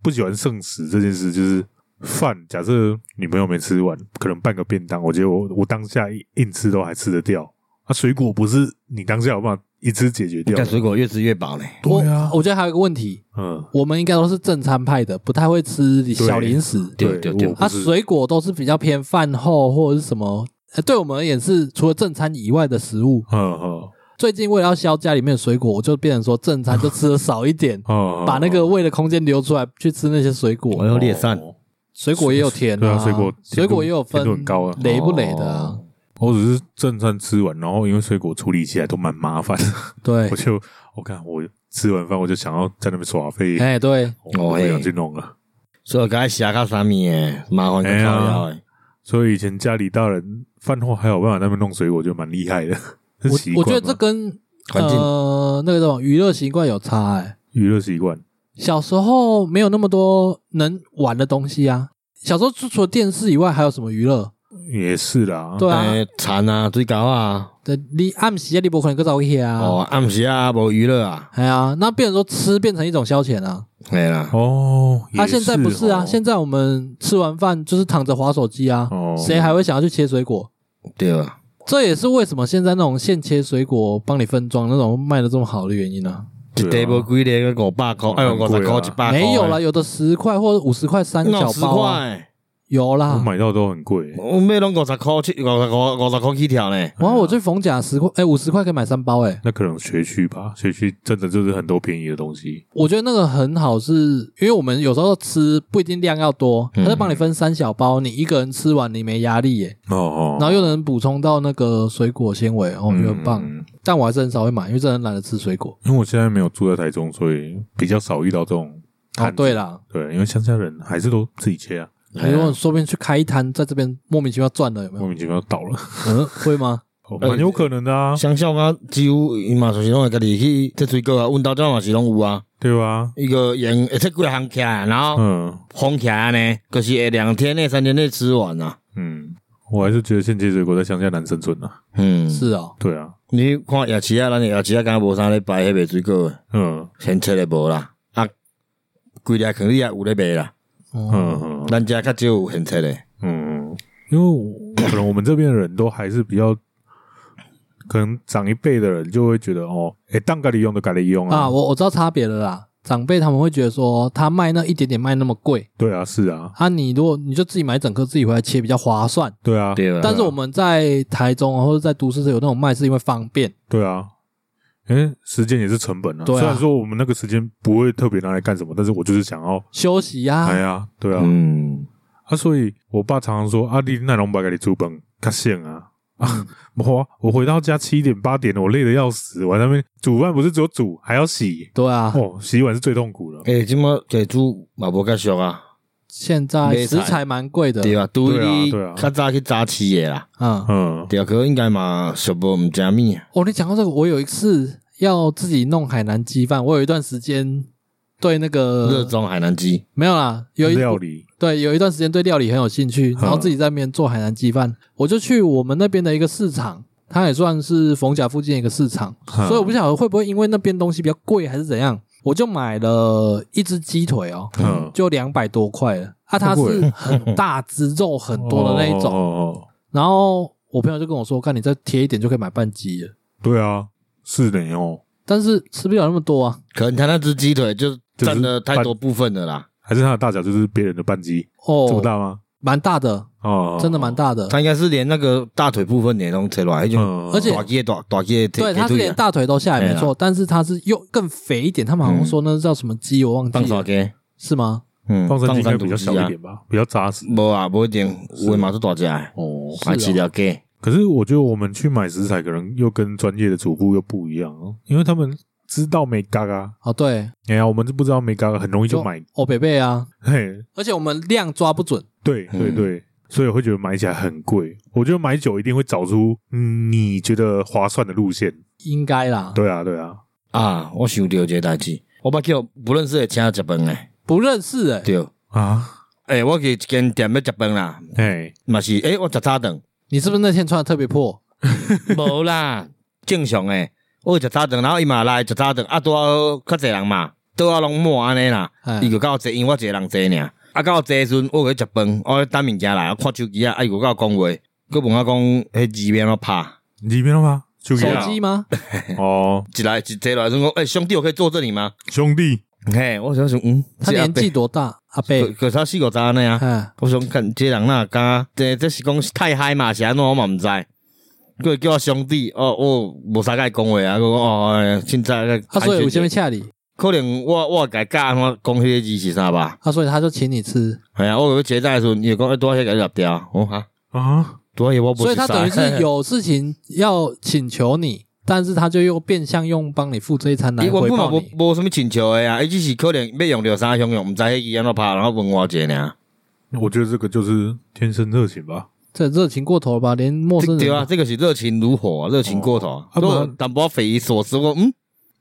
D: 不喜欢剩食这件事，就是饭，假设女朋友没吃完，可能半个便当，我觉得我我当下硬吃都还吃得掉。啊，水果不是你当下有办法一次解决掉
C: 干
D: 的，
C: 水果越吃越饱呢。
D: 对啊
A: 我，我觉得还有一个问题，
D: 嗯，
A: 我们应该都是正餐派的，不太会吃小零食。
C: 对对对
D: 我
A: 啊，
D: 不是
A: 水果都是比较偏饭后或者是什么，呃对我们而言是除了正餐以外的食物。
D: 嗯嗯，
A: 最近为了要消家里面的水果，我就变成说正餐就吃的少一点
D: [laughs] 嗯，
A: 把那个胃的空间留出来去吃那些水
C: 我
A: 果。
C: 要裂散。
A: 水果也有甜
D: 哦对啊水果
A: 水果也有
D: 甜度
A: 分
D: 很高啊
A: 累不累的啊。
D: 我只是正餐吃完，然后因为水果处理起来都蛮麻烦，
A: [laughs] 对
D: 我，就我看我吃完饭我就想要在那边耍废，哦
A: 哎对，
D: 我不想去弄啊了。
C: 所以该写较啥物诶，麻烦个靠了
D: 哎
C: 诶。
D: 所以以前家里大人饭后还有办法在那边弄水果，就蛮厉害的。是 [laughs] 习
A: 我我
D: 惯
A: 觉
D: 吧
A: 得这跟
C: 环境
A: 呃那个什么娱乐习惯有差哎、
D: 娱乐习惯，
A: 小时候没有那么多能玩的东西啊。小时候除除了电视以外，还有什么娱乐？
D: 也是啦。
A: 对啊，
C: 诶，田啊，水沟啊，
A: 对，你暗时啊，你不可能个早起啊。
C: 哦，暗时啊，无娱乐啊，
A: 哎呀，那变成说吃变成一种消遣啊。
C: 嘿啦，
D: 哦，
A: 啊，现在不是啊，现
D: 在
A: 在我们吃完饭就是躺着划手机啊，
D: 哦
A: 谁还会想要去切水果？
C: 对啊，
A: 这也是为什么现在那种现切水果帮你分装那种卖的这么好的原因啊。
C: 一
D: 对
C: 袋
D: 啊
C: 无几个个五百箍，哎呦，
D: 很贵
C: 五十箍
D: 啊
C: 一百箍，
A: 没有啦，，有的十块或者五十块三
C: 哎那
A: 小
C: 十
A: 包啊，
C: 块，Oh
A: 有
D: 我
A: 啦。
D: 买到都很贵，
A: 啊
C: 我买拢五十箍去，五十箍五十箍起跳呢。
A: 然后我去逢甲十块，哎，五十块可以买三包，哎，
D: 那可能学区吧，学区真的就是很多便宜的东西。
A: 我觉得那个很好是，因为我们有时候吃不一定量要多，
D: 嗯
A: 它就帮你分三小包，你一个人吃完你没压力耶，
D: 哦哦，
A: 然后又能补充到那个水果纤维，哦，我觉得很棒。
D: 嗯
A: 但我还是很少会买，因为真的很懒得吃水果。
D: 因为我现在没有住在台中，所以比较少遇到这种摊
A: 哦，
D: 子。
A: 对啦，
D: 对，因为乡下人还是都自己切啊，
A: 你如果说不定去开一摊，在这边莫名其妙赚了，有没
D: 莫
A: 有？
D: 名其妙倒了，哦
A: 嗯，会吗？
D: 蛮有可能的啊，
C: 乡下啊，几乎伊嘛就是拢会家己去摘水果啊，阮兜遮嘛是拢有啊，
D: 对吧？
C: 伊个用会切几项起来，然后
D: 嗯
C: 封起来呢，就是会两天内、三天内吃完啊。
D: 嗯，我还是觉得现切水果在乡下难生存啊。
C: 嗯，
A: 是哦，
D: 对啊，
C: 你看夜市啊，咱的夜市啊，敢若无啥咧摆迄卖水果的，
D: 嗯
C: 现切的无啦，啊，规日肯定也有咧卖啦，
A: 嗯，
D: 嗯嗯
C: 咱遮较少有现切的，
D: 嗯，因为我可能我们这边的人都还是比较，可能长一辈的人就会觉得哦，哎，当咖喱用的咖喱用啊，
A: 啊，我我知道差别了啦。长辈他们会觉得说，他卖那一点点卖那么贵，
D: 对啊，是啊，
A: 啊，你如果你就自己买整颗自己回来切比较划算。
D: 对啊，
C: 对啦。
A: 但是我们在台中啊或者在都市是有那种卖，是因为方便。
D: 对啊，哎，时间也是成本啊。
A: 对啊
D: 虽然说我们那个时间不会特别拿来干什么，但是我就是想要，
A: 休息呀、
D: 哎呀，对啊，
C: 嗯，
D: 啊，所以我爸常常说啊，你那龙把给你煮饭，卡线啊。
A: 嗯
D: [laughs] 啊，我我回到家七点八点，我累得要死。我在那边煮饭不是只有煮，还要洗。
A: 对啊，哎
D: 哦，洗碗是最痛苦的。
C: 诶，即马给猪嘛无较俗啊，
A: 现在
C: 没
A: 食
C: 菜
A: 材蛮贵的，
C: 对啊，拄
D: 对啊
C: 你
D: 对啊
C: 较早去早市的啦，
A: 嗯，
D: 嗯，
C: 对啊，可应该嘛俗无毋食物啊，
A: 哦，你讲到这个，我有一次要自己弄海南鸡饭，我有一段时间对那
C: 热
D: 嗯
A: 个
C: 衷海南鸡，
A: 没有啦，有一
D: 料理，
A: 对有一段时间对料理很有兴趣，然后自己在那边做海南鸡饭，我就去我们那边的一个市场。它也算是逢甲附近的一个市场，
D: 嗯
A: 所以我不晓得会不会因为那边东西比较贵还是怎样，我就买了一只鸡腿哦，
D: 嗯，
A: 就两百多块了。啊，它
D: 不
A: 是
D: 贵
A: 很大只、肉很多的那一种。
D: 哦哦哦
A: 然后我朋友就跟我说：“看你再贴一点就可以买半鸡了。
D: 对啊，是的哦。”
A: 但是吃不了那么多啊。
C: 可能他那只鸡腿就
D: 就是
C: 占了太多部分了啦，
D: 还是它的大小就是别人的半鸡
A: 哦，
D: 这么，大吗？
A: 蛮大的，
D: 哦，
A: 真的蛮。大的。
C: 他应该是连那个大腿部分也拢切落来，迄种
D: 嗯，
A: 而且
C: 大鸡的大大鸡的腿
A: 对，它是
C: 腿
A: 连
C: 啊，
A: 大腿都
D: 哎
A: 下来没
C: 对
A: 错，但是它是又更肥一点。他们好
D: 嗯
A: 像说那叫什么鸡，我忘
C: 放
A: 记
C: 啥
A: 了，
C: 鸡，
A: 是吗？
C: 嗯，
D: 放生鸡应该
C: 山
D: 比
C: 毒
D: 较
C: 鸡
D: 小一
C: 啊，
D: 点吧，比较扎实。
C: 无啊，无一定，有的嘛是大只的，
D: 哦，
C: 还饲条鸡，
D: 可是我觉得我们去买食材，可能又跟专业的主妇又不一样哦，因为他们知道没嘎嘎。
A: 哦，对，
D: 哎呀，我们是不知道没嘎嘎，很容易就买。
A: 哦，北贝啊，
D: 嘿，
A: 而且我们量抓不准。
D: 对
C: 嗯
D: 对对，所以会觉得买起来很贵。我觉得买酒一定会找出你觉得划算的路线。
A: 应该啦，
D: 对啊，对啊，
C: 啊，我想到一个代志，我捌叫不认识的请食饭诶，
A: 不认识哎、
C: 对，
D: 啊，
C: 诶、我去一间店要食饭啦，
D: 哎，
C: 嘛是诶、我食早顿，
A: 你是不是那天穿的特别破？
C: [laughs] 无啦，正常诶，我去食早顿，然后伊嘛来食早顿，啊，拄好较侪人嘛，拄好拢满安尼啦，
A: 哎
C: 伊，就甲我坐，因为我一个人坐尔，啊，甲我坐的时阵，我去食饭，我等物件来，我看手机啊，啊，伊就甲我讲话，佮问我讲迄字面怎拍，
D: 你这边了吗？啊手
A: 手
D: [laughs]
A: 机吗？
D: 哦，
C: 一来一坐落来，阵讲，诶、兄弟，我可以坐这里吗？
D: 兄弟，
C: 嘿，我想想，嗯，
A: 他
C: 这阿
A: 年
C: 伯
A: 纪多大？
C: 可
A: 阿贝，
C: 可是他四五十安尼啊。
A: 哎，
C: 我想看这人哪敢，这这是讲太嗨嘛，是安怎我嘛毋知。佮叫我兄弟，哦，我无啥甲伊讲话啊，佮讲哦，哎凊彩个。
A: 他所以有些恰里，
C: 可能我我甲伊教安怎讲迄个字是啥吧？
A: 他所以他就请你吃，
C: 系啊，我有结账的时阵，伊就讲哎，多少甲伊入掉，哦哈，
D: 啊，
C: 多少我无。
A: 所以他等
C: [laughs]
A: 于是，有事情要请求你，但是他就又变相用帮你付这一餐来
C: 伊原
A: 回
C: 本嘛
A: 报
C: 无
A: 你。
C: 无什物请求的啊，伊只是可能要用着啥形容，毋知迄个安怎拍，然后问我者尔。
D: 我觉得这个就是天生热情吧。
A: 这热情过头了吧？连陌
C: 这
A: 生
C: 对啊，
A: 人
C: 这个是热情如火，热情过头，
D: 啊不然
C: 我有淡薄匪夷所思，我嗯，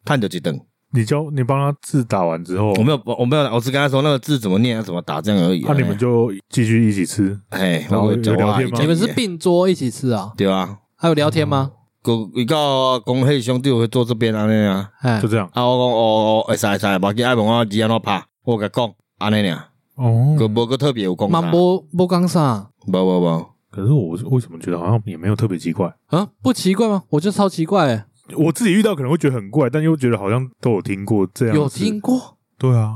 C: 趁着一顿。
D: 你教你帮他字打完之后，
C: 我没有，我没有，我只跟他说那个字怎么念，要怎么打这样而已、
D: 啊那、你们就继续一起吃。
C: 哎，
D: 然后
C: 我
D: 有聊天吗
A: 你们是并桌一起吃啊？
C: 对啊，
A: 还有聊天吗？
C: 我伊到讲迄兄弟我会坐这边安尼啊，
A: 哎
D: 就，这样
C: 啊我讲哦哦，会使会使，无紧爱问我字安怎拍，我甲讲安尼尔，
D: 哦
C: 佮无佮特别有讲
A: 蛮
C: 啥，
A: 波波刚啊啥
C: 无无无，
D: 可是我为什么觉得好像也没有特别奇怪？
A: 啊？不奇怪吗？我就超奇怪欸，
D: 我自己遇到可能会觉得很怪，但又觉得好像都有听过这
C: 啊
D: 样。
A: 有听？过
D: 对啊，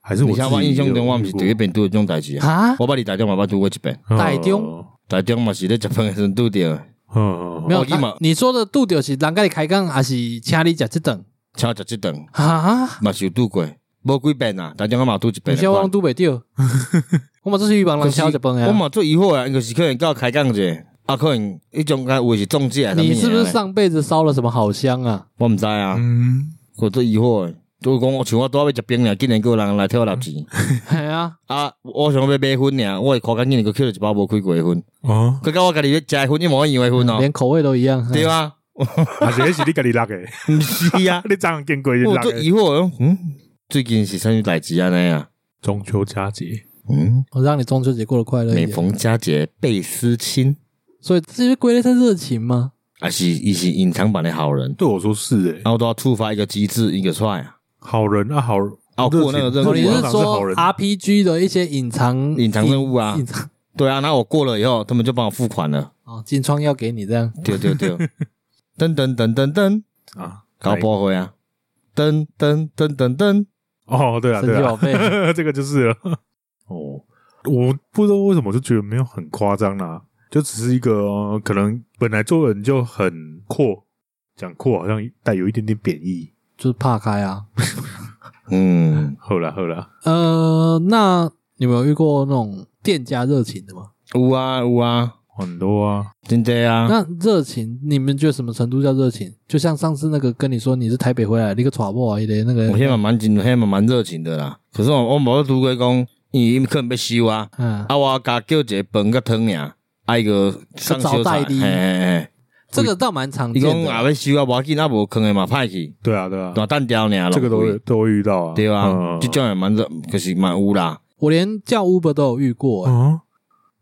D: 还是我
C: 你像我印象中我毋是第一遍拄着种代志啊，
A: 啊？
C: 我捌伫台中嘛捌拄过一遍，
A: 台中
C: 台中嘛是咧食饭的时阵拄着，
D: 嗯，
A: 没有，
C: 我立马
A: 他你说的度掉是人家你开讲，还是请你吃这顿
C: 请我食一顿，
A: 啊？
C: 嘛是有拄过，无几遍啊，台中我嘛拄一
A: 你
C: 遍啊。
A: 消防都没掉， [laughs] 我嘛这是预防人敲一崩
C: 我
A: 呀。
C: 嘛最疑惑啊，就是可能到开讲者，啊可能迄种该有的是中介啊，
A: 你是不
C: 啥物
A: 是
C: 的啊？
A: 上辈子烧了什么好香啊？ [laughs]
C: 我毋知啊，
D: 嗯，
C: 我最疑惑的。就是讲，我像我拄仔要食冰尔，竟然还有人来替我拿钱。
D: 嗯
A: 系啊，
C: 啊，我想要买薰尔，我的口干竟然佫捡了一包无开过的薰，
D: 哦，
C: 佮甲我家己咧食的薰一模一样的薰哦，
A: 连口味都一样。哎
C: 对啊，
D: 而且是你家己拉的，，
C: 毋是啊
D: [laughs] 你怎样见鬼？
C: 我
D: 拉
C: 最
D: 的。
C: 疑惑的，嗯，最近是啥物代志安尼啊？
D: 中秋佳节，
C: 嗯，
A: 我让你中秋节过得快乐一
C: 每
A: 点。
C: 逢佳节倍思亲，
A: 所以这些归类在热情吗？
C: 啊是伊是隐藏版的好人，
D: 对我说是哎、
C: 然后都要触发一个机制一个出来啊，
D: 好人啊好，
C: 熬过那个任
D: 热
A: 哦，
D: 情
A: 你
C: 务
A: 是
C: 啊，
D: 通常是好
A: 说
D: 人
A: RPG 的一些隐藏
C: 隐藏任务啊
A: 隐，藏
C: 对啊，那我过了以后，他们就帮我付款了，
A: 哦，金窗要给你这样，
C: 对对对，噔噔噔噔噔，
D: 啊，
C: 搞不回啊，噔噔噔噔噔，
D: 哦，对啊
A: 神
D: 对
A: 奇
D: 啊
A: 宝，
D: [laughs]
A: 贝
D: 这个就是了。 [laughs] 哦，我不知道为什么就觉得没有很夸张啦，就只是一个、呃可能本来做人就很阔，讲阔好像带有一点点贬义。
A: 就是怕开啊。
C: 嗯，
D: 后啦后啦，
A: 呃，那你们有遇过那种店家热情的吗？
C: 有啊有啊，
D: 很多啊，
C: 真的啊，
A: 那热情，你们觉得什么程度叫热情？就像上次那个跟你说你是台北回来的一个 t r 啊，一个那
C: 我
A: 个，
C: 迄嘛蛮真，迄嘛蛮热情的啦。可是我我无拄过讲，伊可能要收啊，
A: 嗯，
C: 啊我甲叫一个饭甲汤尔，啊伊个上
A: 早
C: 小菜，
A: 代
C: 嘿
A: 的
C: 嘿嘿，
A: 这个倒蛮常
C: 伊
A: 见
C: 讲
A: 的
C: 啊。要收啊，无要紧，啊无坑诶嘛歹去，
D: 对啊对啊，
C: 大单调尔，
D: 这个都
C: 浪
D: 会
C: 费
D: 都会遇到啊，
C: 对啊
D: 嗯，
C: 即种也蛮热，可是蛮有啦。
A: 我连叫 Uber 都有遇过、欸
D: 啊，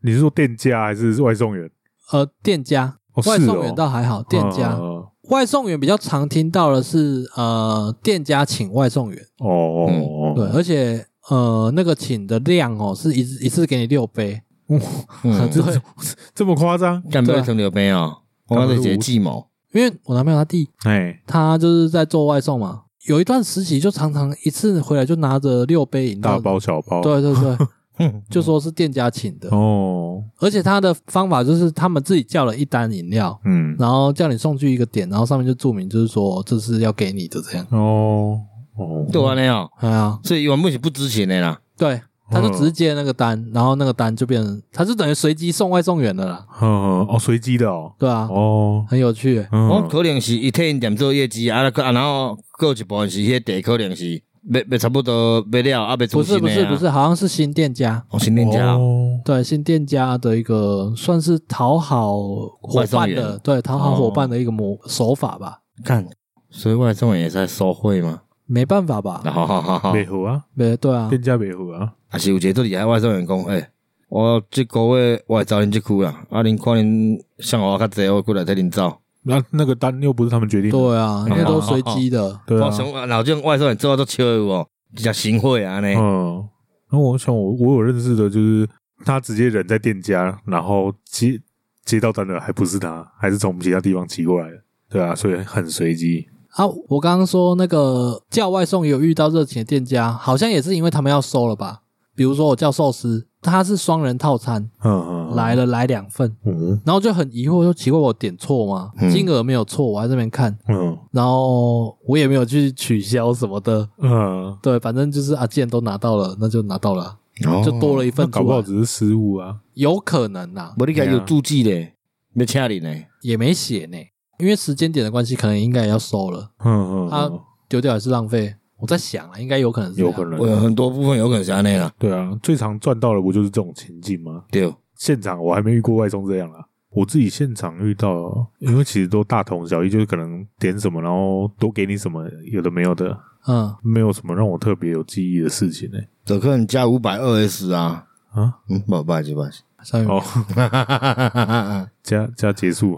D: 你是说店家还是外送员？
A: 呃，店家、
D: 哦
A: 外
D: 是
A: 送
D: 哦
A: 员倒还好，店家、
D: 嗯嗯嗯
A: 外送员比较常听到的是呃，店家请外送员，
D: 哦哦
C: 嗯
D: 哦，
A: 对，而且呃，那个请的量哦，是一次一次给你六杯，
C: 嗯，
A: [laughs] 对，
D: [laughs] 这么夸张？
C: 干
A: 对
C: 杯
A: 啊
C: 成流杯哦，我讲这是一个计谋，
A: 因为啊我男朋友他弟
D: 哎，
A: 他就是在做外送嘛，有一段时期就常常一次回来就拿着六杯饮
D: 大
A: 料，
D: 包小包，
A: 对对对，
D: [laughs]
C: 哼
A: 就说是店家请的，
D: 哦，
A: 而且他的方法就是他们自己叫了一单饮料，
D: 嗯，
A: 然后叫你送去一个点，然后上面就注明就是说这是要给你的这样，
D: 哦哦，
C: 对安尼哦，
A: 哎呀，
C: 所以原本是不值钱的啦。
A: 对，他就直接那个
C: 嗯
A: 单，然后那个单就变成他就等于随机送外送员的啦，
D: 嗯哦，随机的哦，
A: 对啊，
D: 哦，
A: 很有趣欸，
D: 嗯
C: 我可能是伊替因店做业绩，啊，那个啊，然后还有一部分是迄个地可能是要要差不多要了，啊，要
A: 不
C: 出
A: 是
C: 新
A: 不
C: 的
A: 是
C: 啊
A: 不，是，好像是新店家，
C: 哦，新店家哦，
D: 哦
A: 对新店家的一个算是讨好伙
C: 外送
A: 伴的，
C: 员
A: 对讨好伙伴
D: 哦
A: 的一个模手法吧，
C: 看，所以外送员也在收费嘛，
A: 没办法吧？
C: 好好好好，
D: 美湖啊，
A: 没对啊，
D: 店家美湖啊，
C: 啊是有一个做厉害的外送员讲，诶，我即个月我会走恁即区啦，啊，恁看恁上我较济，我过来替恁走，
D: 那那个单又不是他们决定的，
A: 对啊，那都随机的，
D: 对啊
C: 我，想啊，老种外送员做到都笑的有哦，一只行贿啊呢，
A: 哦
D: 嗯，然后我想我我有认识的，就是他直接人在店家，然后接接到单的还不是他，还是从其他地方骑过来的，对啊，所以很随机，
A: 啊，我刚刚说那个叫外送有遇到热情的店家，好像也是因为他们要收了吧？比如说我叫寿司，它是双人套餐，
D: 嗯
C: 哦
D: 嗯，
A: 来了来两份，
D: 嗯
A: 然后就很疑惑，说奇怪我点错吗？
C: 嗯
A: 金额没有错，我在这边看，
D: 嗯
A: 然后我也没有去取消什么的，
D: 嗯，
A: 对，反正就是啊，既然都拿到了，那就拿到了，就多
C: 了，
A: 了一
D: 哦那
A: 份
D: 搞
A: 出
D: 不好
A: 来，
D: 只是失误啊，
A: 有可能呐、
C: 无你家有注记咧，要请恁呢，
A: 也没写呢，因为时间点的关系，可能应该也要收了，
D: 嗯嗯
A: 啊
D: 嗯，
A: 丢掉也是浪费。我在想啊，应该有可能是这
D: 有
A: 样
D: 可能
C: 我。有很多部分有可能是安尼啦，
D: 对啊，最常赚到的不就是这种情境吗？
C: 对。
D: 现场我还没遇过外送这样啦。我自己现场遇到，因为其实都大同小异，就是可能点什么，然后都给你什么，有的没有的，
A: 嗯，
D: 没有什么让我特别有记忆的事情呢、
C: 就可能加五百二 S 啊，
D: 啊，
C: 嗯，不不好意思不好意思，
A: 下面
D: 哦，
C: 哈，
D: 加加结束，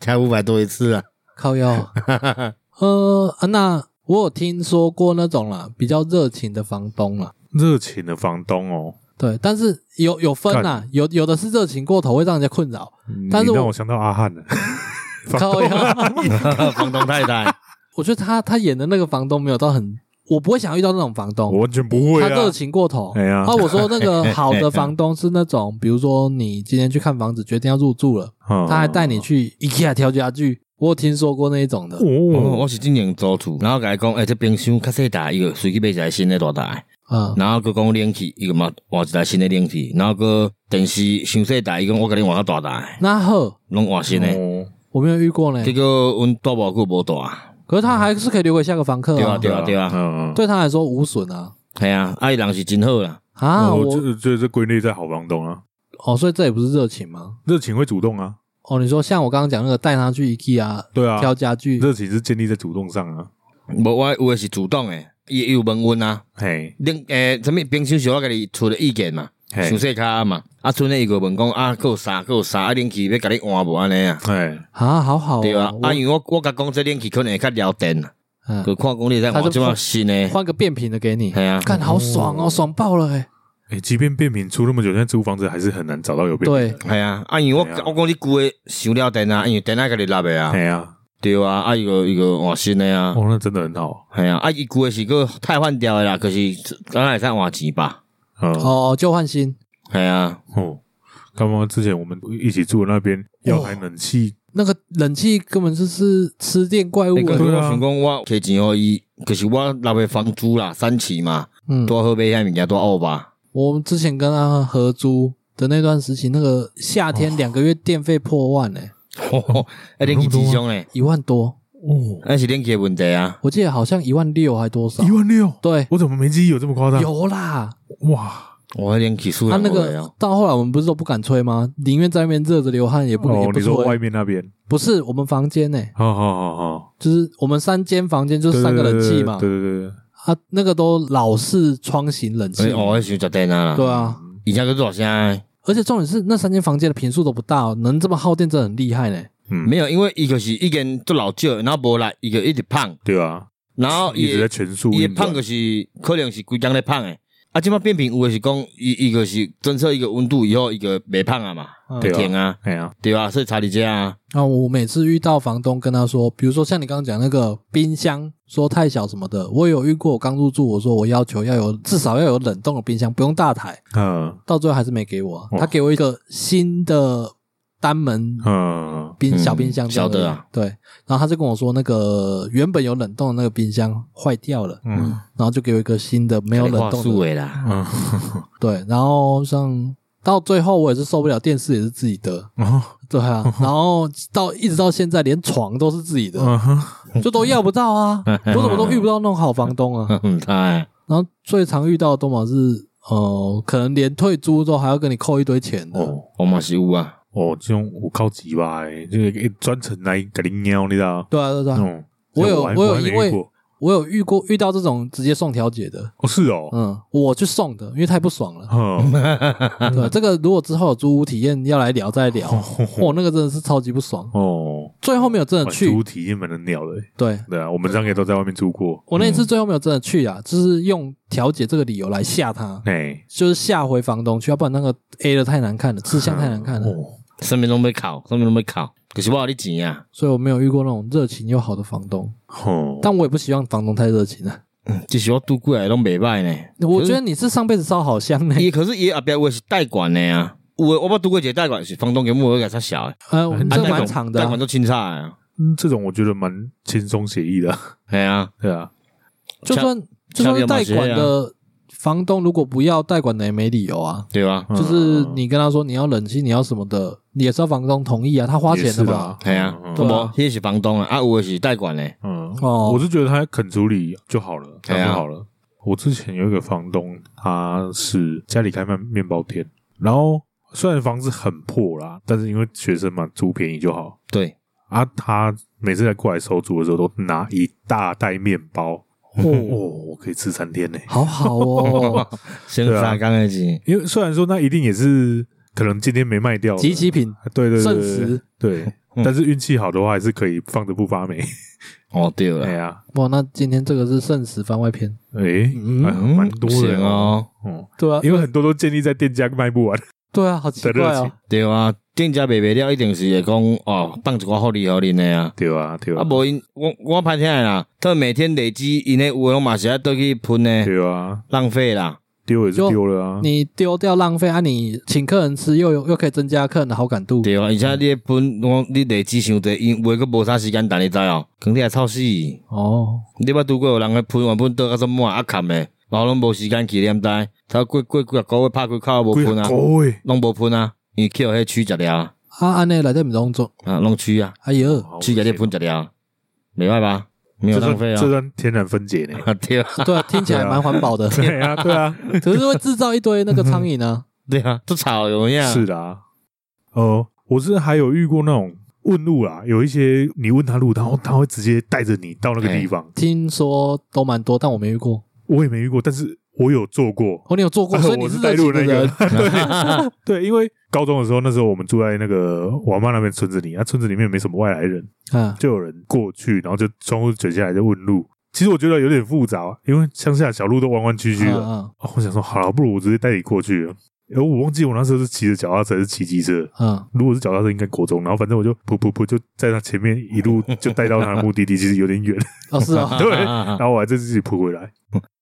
C: 加五百多一次啊，
A: 靠
D: [laughs]
A: 腰啊。呃，啊那我有听说过那种啦，比较热情的房东啦。
D: 热情的房东哦，
A: 对，但是有有分啦，有有的是热情过头，会让人家困扰。但是
D: 你
A: 我
D: 让我想到阿汉了，房
A: 靠
D: 东
A: 腰，
C: 房东太太，
A: [laughs] 我觉得他他演的那个房东没有到很，我不会想要遇到那种房
D: 我
A: 东，
D: 完全不会啊，
A: 他热情过头。
D: 哎呀
A: 啊，我说那
D: [laughs]
A: 个好的房东是那种，比如说你今天去看房子，决定要入住了，
D: 嗯
A: 他还带你去 IKEA 挑家具，我有听说过那一种的。
C: 我
D: 哦，
C: 我是今年租厝，然后甲伊讲，诶、欸，这冰箱较细台，伊个随机买一台新的大台，
D: 哦
A: 嗯，
C: 然后佮讲冷气，伊个嘛换一台新的冷气，然后佮电视伤细台，伊讲我甲你换到大台，
A: 那呵，
C: 拢换新的，
D: 哦
A: 我没有遇过呢
C: 结。果阮大无久无大，
A: 可是他还是可以留给下个房客
C: 对
A: 啊
C: 啊，对啊对啊，
D: 嗯，
A: 对他来说无损啊。
C: 系啊，啊伊人是真好啦，
A: 啊，
D: 啊，
A: 我
D: 我这这这归类在好房东啊，
A: 哦，所以这也不是热情吗？
D: 热情会主动啊，
A: 哦，你说像我刚刚讲那个带他去 IKEA
D: 对啊，
A: 挑家具，
D: 热情是建立在主动上啊，
C: 无我有诶是主动诶，伊伊有问阮啊，呃
D: 嘿，
C: 冷诶，啥物冰箱是我甲你出的意见嘛，
D: 嘿
C: 想说卡嘛，啊，剩诶伊个问讲啊，还有啥还有啥，啊，恁去要甲你换无安尼啊？
D: 哎，
A: 啊，好好哦，
C: 对啊，
A: 我
C: 啊，因为我我甲讲这恁去可能会较了电啦，
A: 嗯
C: 佮看讲你在
A: 他
C: 换
A: 就
C: 即马新诶，
A: 换个变频的给你，
C: 系啊，
A: 看好爽哦，爽爆了哎！
D: 哎，即便变频出那么久，现在租房子还是很难找到有变频的。
C: 系啊，啊，因为我
D: 对啊
C: 我讲你旧诶想了电啊，因为电啊甲你拉诶啊，
D: 哎呀，
C: 对啊，啊，伊个伊个换新诶啊，
D: 哦，那真的很好。
C: 系啊，啊，伊旧诶是个太换掉诶啦，可是咱也使换钱吧，
D: 嗯，
A: 哦，旧换新，
C: 系啊，
D: 哦，刚刚之前我们一起住的那边要开
A: 哦
D: 冷气，
A: 那个冷气根本就是吃电怪物
C: 那个
A: 欸。
D: 对
C: 我
D: 啊
C: 想讲我摕钱互伊，可是我拉诶房租啦，三期嘛，
A: 嗯，
C: 多好买遐物件多傲吧，
A: 我们之前跟他合租的那段时期，那个夏天两个月电费破万哎，
C: [laughs] 啊，恁去几种咧？
A: 一万多，
D: 哦，
C: 那是恁去诶问题啊，
A: 我记得好像一万六还多少
D: 一？万六，
A: 对，
D: 我怎么没记忆有这么夸张？
A: 有啦。
D: 哇，
C: 我迄恁去输
A: 他
C: 人
A: 啊那
C: 无
D: 啊
A: 个到后来我们不是都不敢吹吗？宁愿在那边热着流汗也不也
D: 哦，
A: 不
D: 你说
A: 吹
D: 外。面那边？
A: 不是我们房间呢，
D: 好好好好，
A: 就是我们三间房间就是三个冷气嘛
D: 对，对对对对，
A: 啊，那个都老式窗型冷气
C: 哎，哦，迄时阵食电啊啦，
A: 对啊。
C: 以前个多少声的？
A: 而且重点是那三间房间的平数都不大、哦，能这么耗电真的很厉害呢。
D: 嗯，
C: 没有，因为伊就是一根做老少，然后无力，伊就一直胖，
D: 对啊，
C: 然后
D: 一
C: 伊
D: 直在
C: 的
D: 全速
C: 伊的
D: 运转
C: 胖就是可能是规工咧胖诶。啊，即摆变频有诶是讲伊伊就是侦测一个温度以后，伊个袂胖啊嘛，
A: 嗯
D: 对啊
C: 停啊，
D: 哎呀，
C: 对啊，所以查理这啊，
A: 啊，我每次遇到房东跟他说，比如说像你刚刚讲那个冰箱说太小什么的，我有遇过。我刚入住，我说我要求要有至少要有冷冻的冰箱，不用大台，
D: 嗯
A: 到最后还是没给我啊、
D: 哦
A: 他给我一个新的单门
D: 嗯，
A: 冰
C: 嗯
A: 小冰箱这样而已，
C: 小的啊
A: 对。然后他就跟我说，那个原本有冷冻的那个冰箱坏掉了，
D: 嗯
A: 然后就给我一个新的没有冷冻
C: 数
A: 的，
C: 诶啦， [laughs]
D: 嗯，
A: 对。然后像到最后我也是受不了，电视也是自己的，
D: 哦，
A: 对
D: [laughs]
A: 啊，然后到一直到现在，连床都是自己的，
D: 嗯哼，
A: 就都要不到
D: [laughs]
A: 啊！我怎么都遇不到那种好房东啊？
C: 嗯，哎，
A: 然后最常遇到的都嘛是，呃，可能连退租都还要跟你扣一堆钱的。
D: 哦
C: 我嘛是有啊，
D: 哦，这种我靠级吧，哎，这个专程来给你瞄，你知道？
A: 对啊，对啊对啊，
D: 嗯，
A: 我有
D: 还
A: 我有
D: 还没
A: 因为
D: 遇过
A: 我有遇过遇到这种直接送调解的，
D: 哦，是哦，
A: 嗯，我去送的，因为太不爽了。
D: 嗯，
A: 对啊，这个如果之后有租屋体验要来聊再聊，哦，那个真的是超级不爽。
D: 哦，
A: 最后没有真的
D: 哇
A: 去
D: 租，体验蛮能鸟的，哎
A: 对
D: 对啊，我们三个也都在外面租过，
A: 我那一次最后没有真的去啊，就是用调解这个理由来吓他。
D: 哎，
A: 就是下回房东去，要不然那个 A 的太难看了，吃相太难看了，
D: 哦，
C: 上面拢要哭，上面拢要哭，可是我有你钱啊，
A: 所以我没有遇过那种热情又好的房东。
D: 哦，
A: 但我也不希望房东太热情了。
C: 嗯这是我拄过来拢袂歹呢。
A: 我觉得你是上辈子烧好香呢、
C: 伊可是伊后壁有诶是贷款诶啊，有诶我捌拄过一个贷款是房东给我个较小诶，
A: 呃，我们
D: 啊
A: 这
D: 那
A: 蛮
D: 种
A: 长的
C: 贷
A: 啊、
C: 款都清差诶，
D: 嗯这种我觉得蛮轻松写意的， [laughs]
C: 系啊，
D: 对啊，
A: 就算就算是贷款的房东，如果不要贷款的也没理由啊。
C: 对啊，
D: 嗯
A: 就是你跟他说你要冷气，你要什么的，你也是要房东同意啊，他花钱的嘛。
C: 系啊，
D: 嗯
C: 都
A: 对
C: 无
A: 啊
C: 迄是房东诶，啊有诶是贷款诶，
D: 嗯，
A: 哦
D: 我是觉得他肯处理就好了，这
C: 对啊
D: 样就好了。我之前有一个房东，他是家里开面面包店，然后虽然房子很破啦，但是因为学生嘛，租便宜就好
C: 对，
D: 啊。他每次来过来收租的时候，都拿一大袋面包，哦，
A: [laughs]
D: 我可以吃三天呢、
A: 好好 [laughs] 哦，
C: [laughs] 先
D: 对啊
C: 三工诶钱，
D: 因为虽然说那一定也是可能今天没卖掉的，
A: 集齐品，
D: 对对对
A: 剩
D: 对对
A: 食。
D: [laughs] 对，
C: 嗯
D: 但是运气好的话，还是可以放着不发霉。
C: 哦对
D: 哎
C: 了，
D: 呀，
A: 哇，那今天这个是剩食番外篇，
D: 哎，
A: 嗯
D: 还蛮多
C: 行
D: 的，
C: 哦，
D: 嗯，
A: 对啊，
D: 因为很多都建立在店家卖不完。
A: 对啊，好奇怪
D: 的热
A: 啊
D: 情，
C: 对啊，店家卖袂了，一定是会讲哦，放一寡福利互恁诶啊。
D: 对啊，对啊，
C: 啊，无因我我歹听的啦，他们每天累积因诶有诶拢嘛是爱倒去喷诶，
D: 对啊，
C: 浪费啦。
D: 丢也是
A: 就
D: 丢了啊。
A: 你丢掉浪费啊！你请客人吃又有又可以增加客人的好感度。
C: 对啊，而且你的分，我你累积伤侪，因为佫无啥时间等你知哦，肯定会臭死。你
A: 哦，
C: 捌拄过有人去喷原本倒甲煞满啊砍诶，然后拢无时间去念呆，他过过几啊个月拍开口无
D: 贵
C: 喷啊，
D: 高哎，
C: 拢无喷啊，因为去互迄蛆食了啊，
A: 啊，安内来这唔当做，
C: 啊拢蛆啊，
A: 哎呦，
D: [laughs]
C: 蛆
D: 哦
C: 甲你喷食了，袂歹吧？没有
D: 这算
C: 浪费啊
D: 这，算天然
C: [laughs]。
D: 分解呢
C: 啊对啊
A: 对啊，听起来蛮环保的，
D: 对啊，
C: [laughs]
D: 对啊，
A: [laughs] 可是会制造一堆那个苍蝇啊。
C: 对啊，这草有影 [laughs]
D: 是的啊。哦，我是还有遇过那种问路啦，有一些你问他路，然后他会直接带着你到那个地方，
A: 听说都蛮多，但我没遇过。
D: 我也没遇过，但是我有做过，
A: 哦，你有做
D: [laughs]
A: 过，
D: 啊
A: 所以你
D: 我是带
A: 热情
D: 路
A: 的
D: 那
A: 人
D: 个，。对 [laughs]
A: [laughs]
D: 对，因为高中的时候，那时候我们住在那个我妈那边村子里，那、村子里面没什么外来人，
A: 啊，
D: 就有人过去，然后就窗户卷下来就问路。其实我觉得有点复杂，因为乡下小路都弯弯曲曲的。
C: 嗯
A: 啊啊
D: 哦，我想说，好了，不如我直接带你过去了。而我忘记我那时候是骑着脚踏车还是骑机车，
A: 啊，
D: 如果是脚踏车应该国中，然后反正我就噗噗噗就在他前面一路就带到他的目的地，其实
C: [laughs]
D: 有点远，
C: 嗯
A: 哦
D: [laughs]
A: 是哦，
D: 对然后我还真自己扑回来，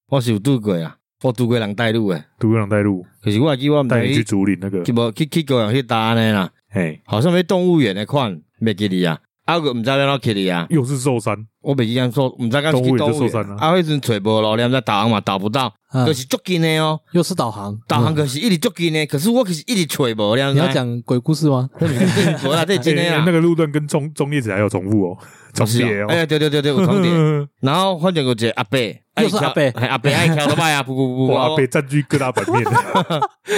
C: 我是有拄过啊，我拄过人带路诶，
D: 独个人带路，
C: 可是我记我毋
D: 带你
C: 知
D: 去竹林那个
C: 去，无去去过人去搭呢啦，
D: 哎，
C: 好像要动物园诶款，袂记哩啊，啊个毋知要怎去哩啊，
D: 又是寿山，
C: 我袂记讲说，毋知讲
D: 动
C: 去
D: 物园
C: 动
D: 就
C: 物
D: 寿
C: 园
D: 山，啊
C: 啊迄阵揣无路，你毋知导航嘛导不到，
A: 啊
C: 可是足近诶哦，
A: 又是导航，
C: 导航
A: 嗯
C: 可是一直足近诶，可是我可是一直揣无，你毋
A: 你
C: 知
A: 要？讲鬼故事吗？
C: [laughs] 无啦，这是真诶
D: 哎
C: 啦
D: [laughs] 那，个路段跟中中列子还有重复哦，重
C: 是
D: 叠
C: 啊哦
D: 哦，
C: 哎对对对对，有重
D: [laughs]
A: [laughs]
C: 叠。
D: 뭐
C: 然后反正有一个阿伯，啊
A: 又是阿伯
C: 伊翘嘿阿伯爱敲落摆啊，噗噗噗，
D: [laughs] 哇，被占据各大版面，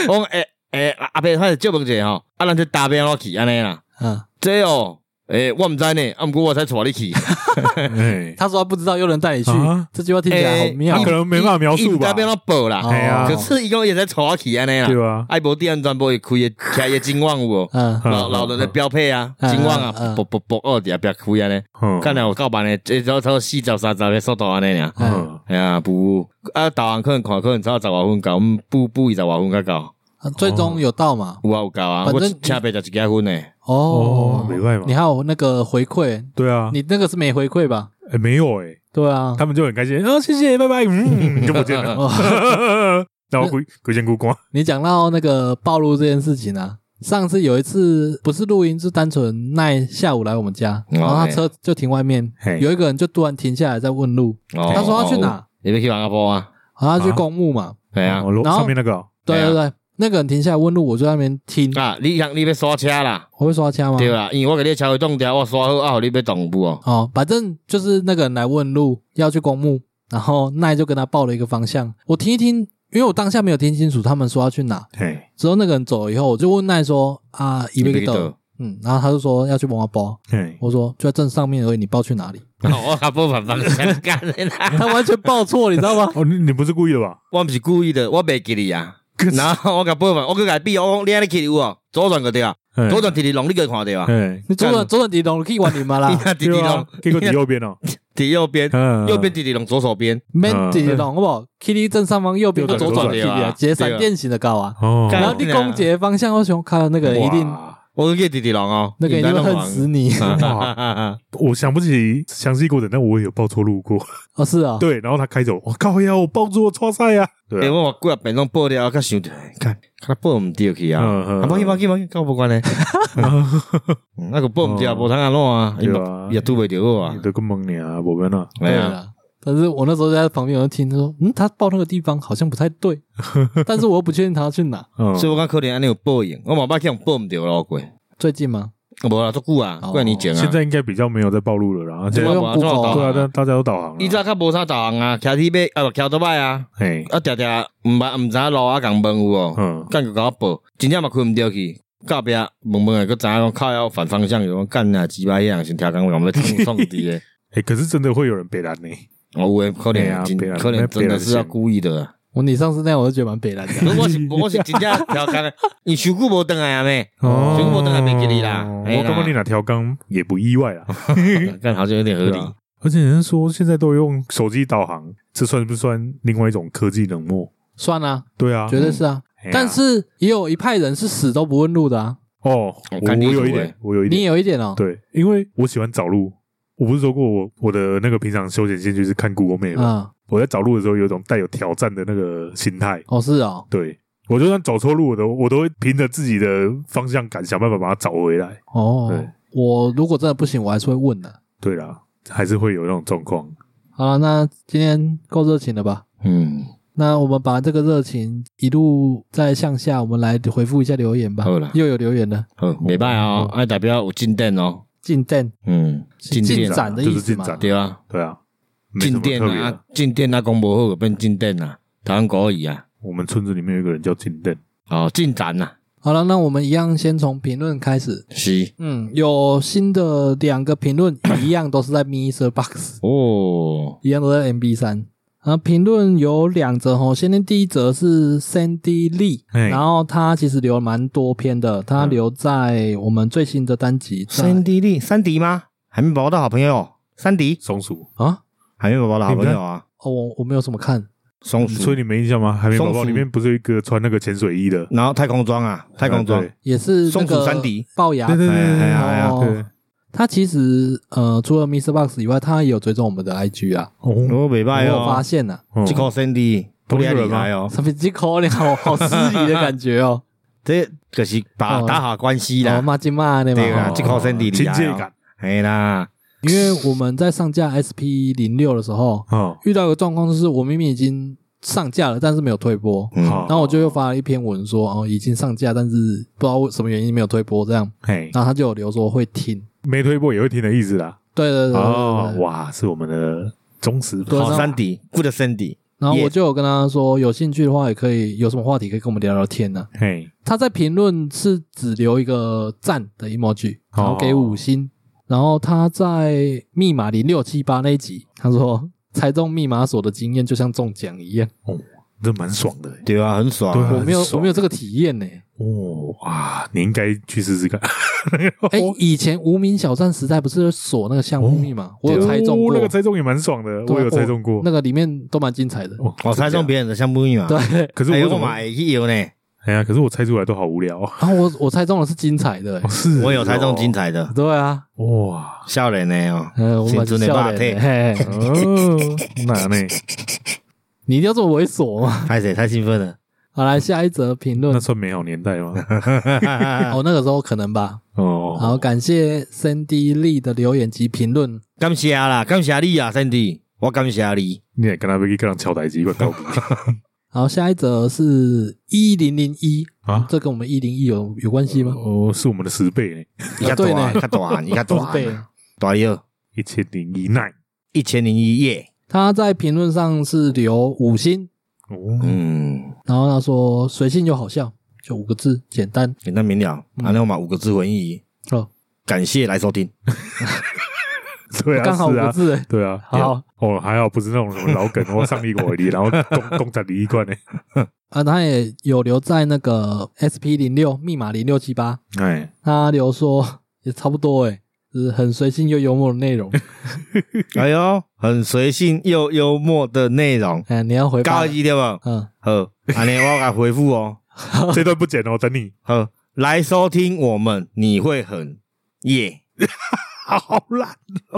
C: 我讲诶诶，阿阿伯开始借问者吼，啊，咱这搭边落去安尼啦，
A: 啊，
C: 这哦，诶，我毋知呢，啊，毋过我才带你
A: [laughs]
C: 去，
D: 哎，
A: 他说他不知道有人带你去
D: 啊，
A: 这句话听起来好妙
D: 他可能没办法描述吧
C: 搭边落报
A: 哦
C: 啦，
D: 哎呀
C: 可是伊讲伊才带我去安尼
D: 对
C: 啦，
D: 吧？
C: 爱无电全部伊开诶，开诶金旺有无？
A: [laughs] 嗯
C: 老老人的标配啊，
A: 嗯
C: 金旺啊
A: 嗯嗯，
C: 啵
A: 哦
C: 啵啵二伫阿伯开安尼，
D: 嗯
C: 干了有够慢诶，这只差四十三十诶速度安尼尔。
A: 嗯，
D: 嗯，
C: 哎呀，不啊，导航可能看可能差十外分到，阮不不二十外分较到，
A: 啊最
D: 哦
A: 终有到嘛？
C: 有啊有到啊，
A: 反
C: 我
A: 正
C: 车白食一加分呢。
A: 哦
D: 哦，没办法
A: 你还有那个回馈，
D: 对啊，
A: 你那个是没回馈吧？
D: 哎没有哎，
A: 对啊，哦
D: 他们就很开心，哦，谢谢，拜拜，嗯，就不见了，然后鬼鬼见孤光，
A: [laughs] 你讲到那个暴露这件事情啊，上次有一次不是录音，是单纯奈下午来我们家，
C: 嗯
A: 然后他
C: 嘿
A: 车就停外面，
D: 嘿
A: 有一个人就突然停下来在问路，
C: 哦
A: 他说他去哪？
C: 你要去王阿婆啊？
A: 然后他去
D: 啊
A: 公墓嘛，
C: 系啊，
D: 哦
A: 然后
D: 上面那个哦，
A: 对
C: 对啊
A: 对对，那个人停下来问路，我就在那边听，
C: 啊，你想你要刷车啦，
A: 我会刷枪吗？
C: 对啊啦，因为我给你的车会冻掉，我刷好啊，互你要动不 [laughs] 哦？
A: 哦，反正就是那个人来问路，要去公墓，然后奈就跟他报了一个方向。我听一听，因为我当下没有听清楚他们说要去哪。
D: 嘿，
A: 之后那个人走了以后，我就问奈说：“啊，一
C: 你
A: 贝
C: 要去
A: 给豆
C: 哪，
A: 嗯，然后他就说要去文化包。
D: 嘿，
A: 我说就在正上面而已，你报去哪里？
C: 哦我阿婆反方向干的啦，
A: 他完全报错，你知道
D: [laughs]
A: 吗？
D: 哦，你你不是故意的吧？
C: 我毋是故意的，我袂记你 [laughs] 啊。然后我甲报反，我佮伊比，我讲你安尼去有哦，左转个对啊，
D: 嘿
C: 左转直直弄你个看对啊，
D: 嘿，
A: 你左转左转迪龙去玩你妈
C: [laughs] 你
A: 啦
C: 啊直直
D: 对
C: 弄
D: 啊，，结果你右边哦，
C: 直右边，
D: 嗯，
C: 右边直直弄左手边，
A: ，man 迪龙好不好？Kitty 正上方右边就左转
C: 右转
A: Kitty
C: 对
A: 啊
C: 啊，
A: 直接闪电型的高啊。
D: 哦，
C: 干
A: 然后你攻击方向，我想看到那个人一定
D: 哇
C: 我叫直直弄哦，
A: 那个人一定会恨死你。
C: [laughs] 啊！
D: 我想不起详细过程，但我也有报错路过。
A: 哦，是啊，
D: 对，然后他开走，我靠呀，我报错错赛呀。
C: 诶、
D: 对
C: 欸，
D: 啊，
C: 我话几日病拢报了，我较想着，哎看，较报毋对去啊！
D: 嗯嗯
C: 啊，无去无去无去，跟我无关 [laughs] 咧。嗯那个报毋对啊，
D: 嗯
C: 无通安怎啊？伊
D: 对
C: 嘛
D: 啊
C: 伊也拄袂着好啊
D: 你。都个蒙你啊，我们啊，
C: 哎
A: 对
C: 呀，
A: 啊。但是我那时候在旁边，我就听说，嗯，他报那个地方好像不
D: [laughs]
A: 太对，但是我又不确定他要去哪，
D: 嗯，
C: 所以我讲可能安尼有报应，我嘛捌去人报毋对咯过。
A: 最近吗？
C: 无啦，足久啊，
A: 哦
C: 几年前啊。
D: 现在应该比较没有在暴露了啦。而且
A: 怎
C: 对啊
A: 么用
C: 我知道
A: Google
C: 我知
D: 对
A: 啊
C: 道
D: 啊，但大家都导航了。
C: 伊早较无啥导航啊，徛起马啊，不徛倒摆啊，
D: 嘿，
C: 啊，定定毋捌毋知影路啊，共问有无？
D: 嗯，
C: 干就甲我报，真正嘛困毋对去。到后壁问问诶，佮知影讲靠要反方向，有讲干啊，鸡巴迄样先听讲，我们咧
D: [laughs]
C: 创创伫诶。
D: 哎，可是真的会有人北蓝呢。
C: 哦，有诶，可
D: 对
C: 能
D: 啊
C: 真
D: 别人
C: 可能真的是要故意的啊。
A: 我你上次那样，我就觉得蛮北蓝的。
D: [laughs]
C: 我是我是真正调侃的，你收久无等来啊妹，
A: 哦
C: 收久无等来袂记你啦。
D: 哦我
C: 哎啦
D: 刚刚你哪条刚也不意外啦。
C: 干好像有点合
D: 对
C: 理。
D: 啊，而且人家说现在都用手机导航，这算不算另外一种科技冷漠？
A: 算啦，
D: 对啊，
A: 绝对是啊。
D: 哎呀
A: 但是也有一派人是死都不问路的啊。
D: 哦，我
C: 看地
D: 我
C: 图
D: 有一
C: 欸
D: 点，我有一
A: 你
D: 点，
A: 有一点哦，
D: 对，因为我喜欢找路。我不是说过我我的那个平常休闲兴趣是看 Google Map，、吗？
A: 嗯，
D: 我在找路的时候有一种带有挑战的那个心态，
A: 哦是哦，
D: 对我就算走错路，我都我都会凭着自己的方向感想办法把它找回来。
A: 哦
D: 对，
A: 我如果真的不行，我还是会问的。
D: 对啦，还是会有那种状况。
A: 好了，那今天够热情了吧？
C: 嗯，
A: 那我们把这个热情一路再向下，我们来回复一下留言吧。
C: 好啦
A: 又有留言了，
C: 好，袂歹哦，爱代表有进展哦。
A: 进站
C: 嗯，进
A: 进啊
C: 展
A: 展的
D: 就
A: 意
D: 是
A: 思
D: 进
A: 嘛
D: 展？
C: 对啊，
D: 对啊，没什
C: 进
D: 么
C: 店
D: 特别
C: 啊
D: 的。，
C: 进店啊，讲无好变进店啊，台湾国语啊，
D: 我们村子里面有一个人叫金蛋，
C: 哦，进展呐，
A: 好了，那我们一样先从评论开始。
C: 是
A: 嗯，有新的两个评论，一样都是在 Mr. Box，
C: 哦，
A: 一样都在 MB 三。啊，评论有两则哦，先天第一则是 Sandy Lee，
D: 嘿
A: 然后他其实留了蛮多篇的，他留在我们最新的单集在
C: 三 D 力，三迪吗？海绵宝宝的好朋友，三迪，
D: 松鼠，
A: 啊，
C: 海绵宝宝的好朋友啊，
A: 哦，我我没有什么看，
C: 松
D: 所
C: 鼠
D: 以，你没印象吗？海绵宝
C: 松
D: 宝
C: 鼠
D: 里面不是有一个穿那个潜水衣的？
C: 然后太空装啊，太空装
D: 啊，
A: 也是那
C: 松鼠
A: 个
C: 三迪
A: 龅牙
D: 对对对对
C: 哎
D: 对
C: 呀哎呀
D: 对对
A: 哦，，他其实呃，除了 Mr. Box 以外，他也有追踪我们的 IG 啊，
D: 哦，
C: 我北
A: 我
C: 拜
A: 有发
C: 哦，
A: 现啊呐、
D: 哦
C: 这个三 D 不
D: 同一
C: 厉
D: 个人吗
C: 害哦
A: 啊，，什么几口你 [laughs] 好好失礼的感
C: [laughs]
A: 觉哦，
C: 这可是打
A: 哦
C: 打好关系
A: 哦
C: 啦，
A: 骂金骂的
C: 对啊
A: 嘛，，
C: 这个三 D 厉
D: 哦亲
C: 害，
D: 切感，
C: 哎啦，
A: 因为我们在上架 SP 零六的时候，
D: 哦，
A: 遇到一个状况，就是我明明已经上架了，但是没有推播，
C: 嗯
D: 好，
A: 然后我就又发了一篇文说，哦，已经上架，但是不知道为什么原因没有推播，这
C: 嗯
A: 样，
D: 嘿，
A: 然后他就有留说会听，
D: 没推过也会听的意思啦。
A: 对对对对
D: 哦
A: 对，对
D: 哇，是我们的忠实粉
A: 对啊
C: 好
A: 那
C: 三 D good 三 D，
A: 然后
C: yes
A: 我就有跟他说，有兴趣的话也可以，有什么话题可以跟我们聊聊天呢、
D: 嘿，
A: 他在评论是只留一个赞的 emoji，
D: 哦
A: 然后给五星。然后他在密码零六七八那一集，他说 [laughs] 猜中密码锁的经验就像中奖一样，
D: 这蛮爽的欸。
C: 对啊，很爽啊，
D: 对
A: 我没有
D: 很爽
A: 我没有这个体验
D: [laughs]
A: 呢、
D: 哦，哇，你应该去试试看。
A: 哎、以前无名小站时代不是锁那个项目密码，我有猜中
D: 哦
A: 过，
D: 那个猜中也蛮爽的，
A: 对啊
D: 我有猜中过。
A: 那个里面都蛮精彩的。
D: 哦
C: 我猜中，别人的项目密码，
A: [laughs] 对，
D: 可是
C: 哎
D: 我怎
C: 我
D: 么？
C: 买一有呢，
D: 哎呀，可是我猜出来都好无聊哦。
A: 然后我我猜中的是精彩的、欸
D: 哦是，
C: 哎
D: 哦
C: 我有猜中精彩的，，
A: 对啊，
D: 哇
C: 笑脸呢
D: [laughs]
C: 哦，
A: 呃，我
C: 青
A: 蛮
C: 春的
A: 笑
C: 霸
A: 的、
C: 体
A: 嘿嘿
D: 哦，那呢？
A: 你一定要这么猥琐吗？
C: 太谁太兴奋了，
A: 好，来下一则评论
D: 那。算美好年代吗？
A: 哦，那个时候可能吧。 [laughs] 好，
D: 哦，
A: 感谢 Sandy Lee 的留言及评论。
C: [laughs] 感谢啦，感谢你啊，三 D，我感谢啊你，
D: 你也跟他被跟人敲台机，我
C: [laughs]
D: 告诉你
A: 好，下一则是一零零一
D: 啊
A: 这跟我们一零一有有关系吗？
D: 哦，是我们的十倍啊呢，
C: 你较
A: 对
C: 大，
A: 呢
C: 较大，你较
D: [laughs] 哦
A: 多
C: 大
A: 倍。。
C: 大二
D: 一千零一奈。
C: 一千零一夜，
A: 他在评论上是留五星，
D: 哦，
C: 嗯，
A: 然后他说随性又好笑，就五个字，简单。
C: 简单明了，
D: 嗯
C: 然后嘛五个字回忆，
A: 哦，
C: 感谢来收听，
D: 对啊，
A: 刚好五
D: 是
A: 个
D: 啊，
A: 字、欸。
D: 对啊，
A: 好
D: 哦，还好不是那种什么老梗，我上一国里，然后公公仔里一
A: [laughs]
D: 罐呢。
A: 啊，他也有留在那个 SP 零六密码零六七八，
D: 哎，
A: 他留说也差不多诶、就是很随性又幽默的内容。 [laughs]
C: 哎呦，很随性又幽默的内
D: [laughs]
C: 容，
A: 哎，你要回
C: 高
A: 吧。
C: 级对不？
A: 嗯，
C: 好，安尼我来回复哦，
D: 这段不剪哦，等你。
C: 好，来收听我们，你会很耶，
D: 好啦，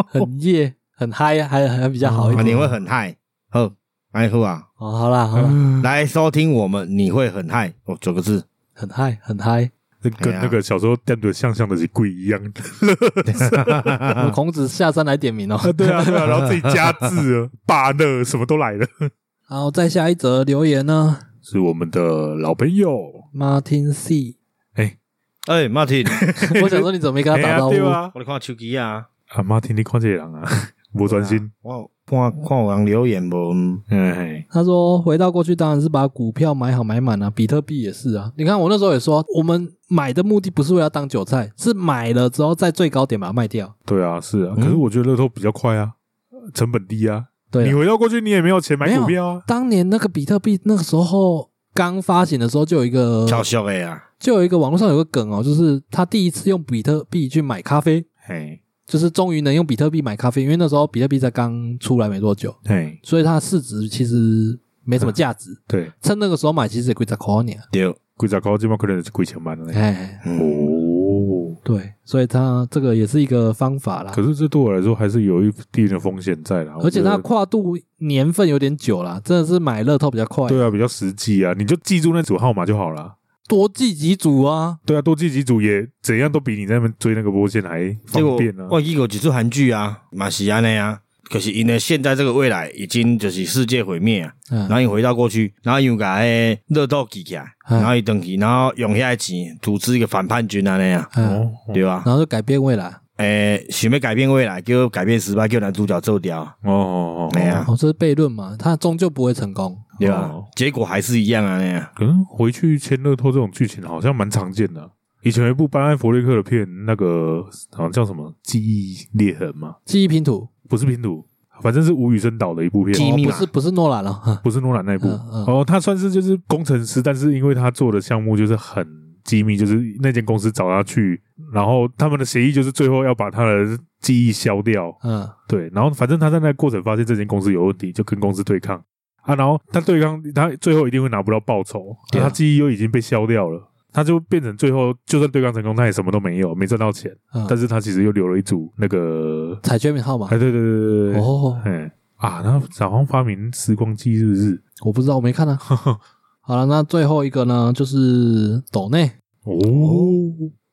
A: 很夜很嗨，还还比较好一
D: 嗯
A: 点。
C: 啊你会很嗨，好，安尼好啊，
A: 哦，好啦好啦，
D: 嗯
C: 来收听我们，你会很嗨，哦，九个字，
A: 很嗨很嗨。
D: 这
C: 哎
D: 跟那个小时候电的像像的是鬼一样。
A: 我们孔子下山来点名哦。
D: 啊，嗯 [laughs] 对
A: [laughs]
D: 啊，对啊，然后自己加 [laughs] 字、霸乐什么都来了。
A: 然后再下一则留言呢
D: [laughs] 是我们的老朋友，[laughs]
A: ，Martin C，
C: 哎，马婷，
A: 我想说你怎么没跟他打招呼
D: 对？啊，
C: 我咧看手机啊，
D: 阿妈听你看这个人啊，不专心。
C: 我看看有人留言无，嗯
A: 啊
D: 哎，
A: 他说回到过去当然是把股票买好买满啊，比特币也是啊。你看我那时候也说，我们买的目的不是为了当韭菜，是买了之后在最高点把它卖掉。
D: 对啊，是啊。
C: 嗯
D: 可是我觉得乐透比较快啊，成本低啊。
A: 对
D: 你
A: 啊，
D: 回到过去，你也没有钱买股票啊。
A: 当年那个比特币那个时候刚发行的时候，就有一
D: 嗯
A: 个
C: 超俗的啊，
A: 就有一个网络上有个梗哦，就是他第一次用比特币去买咖啡，
D: 嘿，
A: 就是终于能用比特币买咖啡，因为那时候比特币才刚出来没多久，
D: 嘿，
A: 所以它的市值其实没什么价值。
D: 哎对，
A: 趁那个时候买，其实也贵在 c o
C: 对，
D: 鬼仔高，这边可能是鬼钱版的呢。
A: 哎，
C: 嗯，
D: 啊哦，
A: 对，所以它这个也是一个方法啦
D: 可。是这对我来说还是有一定的风险在啦。
A: 而且它
D: 他
A: 跨度年份有点久啦，真的是买乐透比较快，
D: 对啊，比较实际啊，你就记住那组号码就好了。
A: 多记几组啊。
D: 对啊，多记几组也怎样都比你在那边追那个波线还
C: 结
D: 方
C: 果哦
D: 便啊。
C: 我记过几出韩剧啊，嘛是安尼啊，可是因为现在这个未来已经就是世界毁灭啊，
A: 嗯
C: 然，后伊回到过去，然后又把迄热豆记起来，
A: 嗯
C: 然后伊登去，然后用遐钱组织一个反叛军安尼啊，
D: 哦
A: 嗯，
C: 对吧？
A: 然后就改变未来，
C: 诶，想要改变未来，就改变失败，叫男主角做掉，
D: 哦哦哦，
C: 哎呀，
A: 哦，这是悖论嘛，它终究不会成功。
C: 对吧
D: 哦？
C: 结果还是一样啊，那样。
D: 可能回去签乐透这种剧情好像蛮常见的啊、以前有一部班艾弗瑞克的片，那个好像叫什么《记忆裂痕》嘛，
A: 记忆拼图哦
D: 不是拼图，反正是吴宇森导的一部片，哦
C: 机密
A: 不
C: 嘛
A: 是不是诺兰了、啊，
D: 不是诺兰那一部。
A: 嗯嗯
D: 哦，他算是就是工程师，但是因为他做的项目就是很机密，就是那间公司找他去，然后他们的协议就是最后要把他的记忆消掉。
A: 嗯
D: 对，然后反正他在那个过程发现这间公司有问题，就跟公司对抗啊，然后他对抗他最后一定会拿不到报酬，
A: 对啊
D: 他记忆又已经被消掉了。他就变成最后，就算对抗成功，他也什么都没有，没赚到钱。
A: 嗯，
D: 但是他其实又留了一组那个，
A: 彩券号码
D: 哎，对对对对对，
A: 啊哦，
D: 哎啊，他好像发明时光机是不是？
A: 我不知道，我
D: [laughs]
A: 没看啊。好了，那最后一个呢，就是斗内，
D: 哦，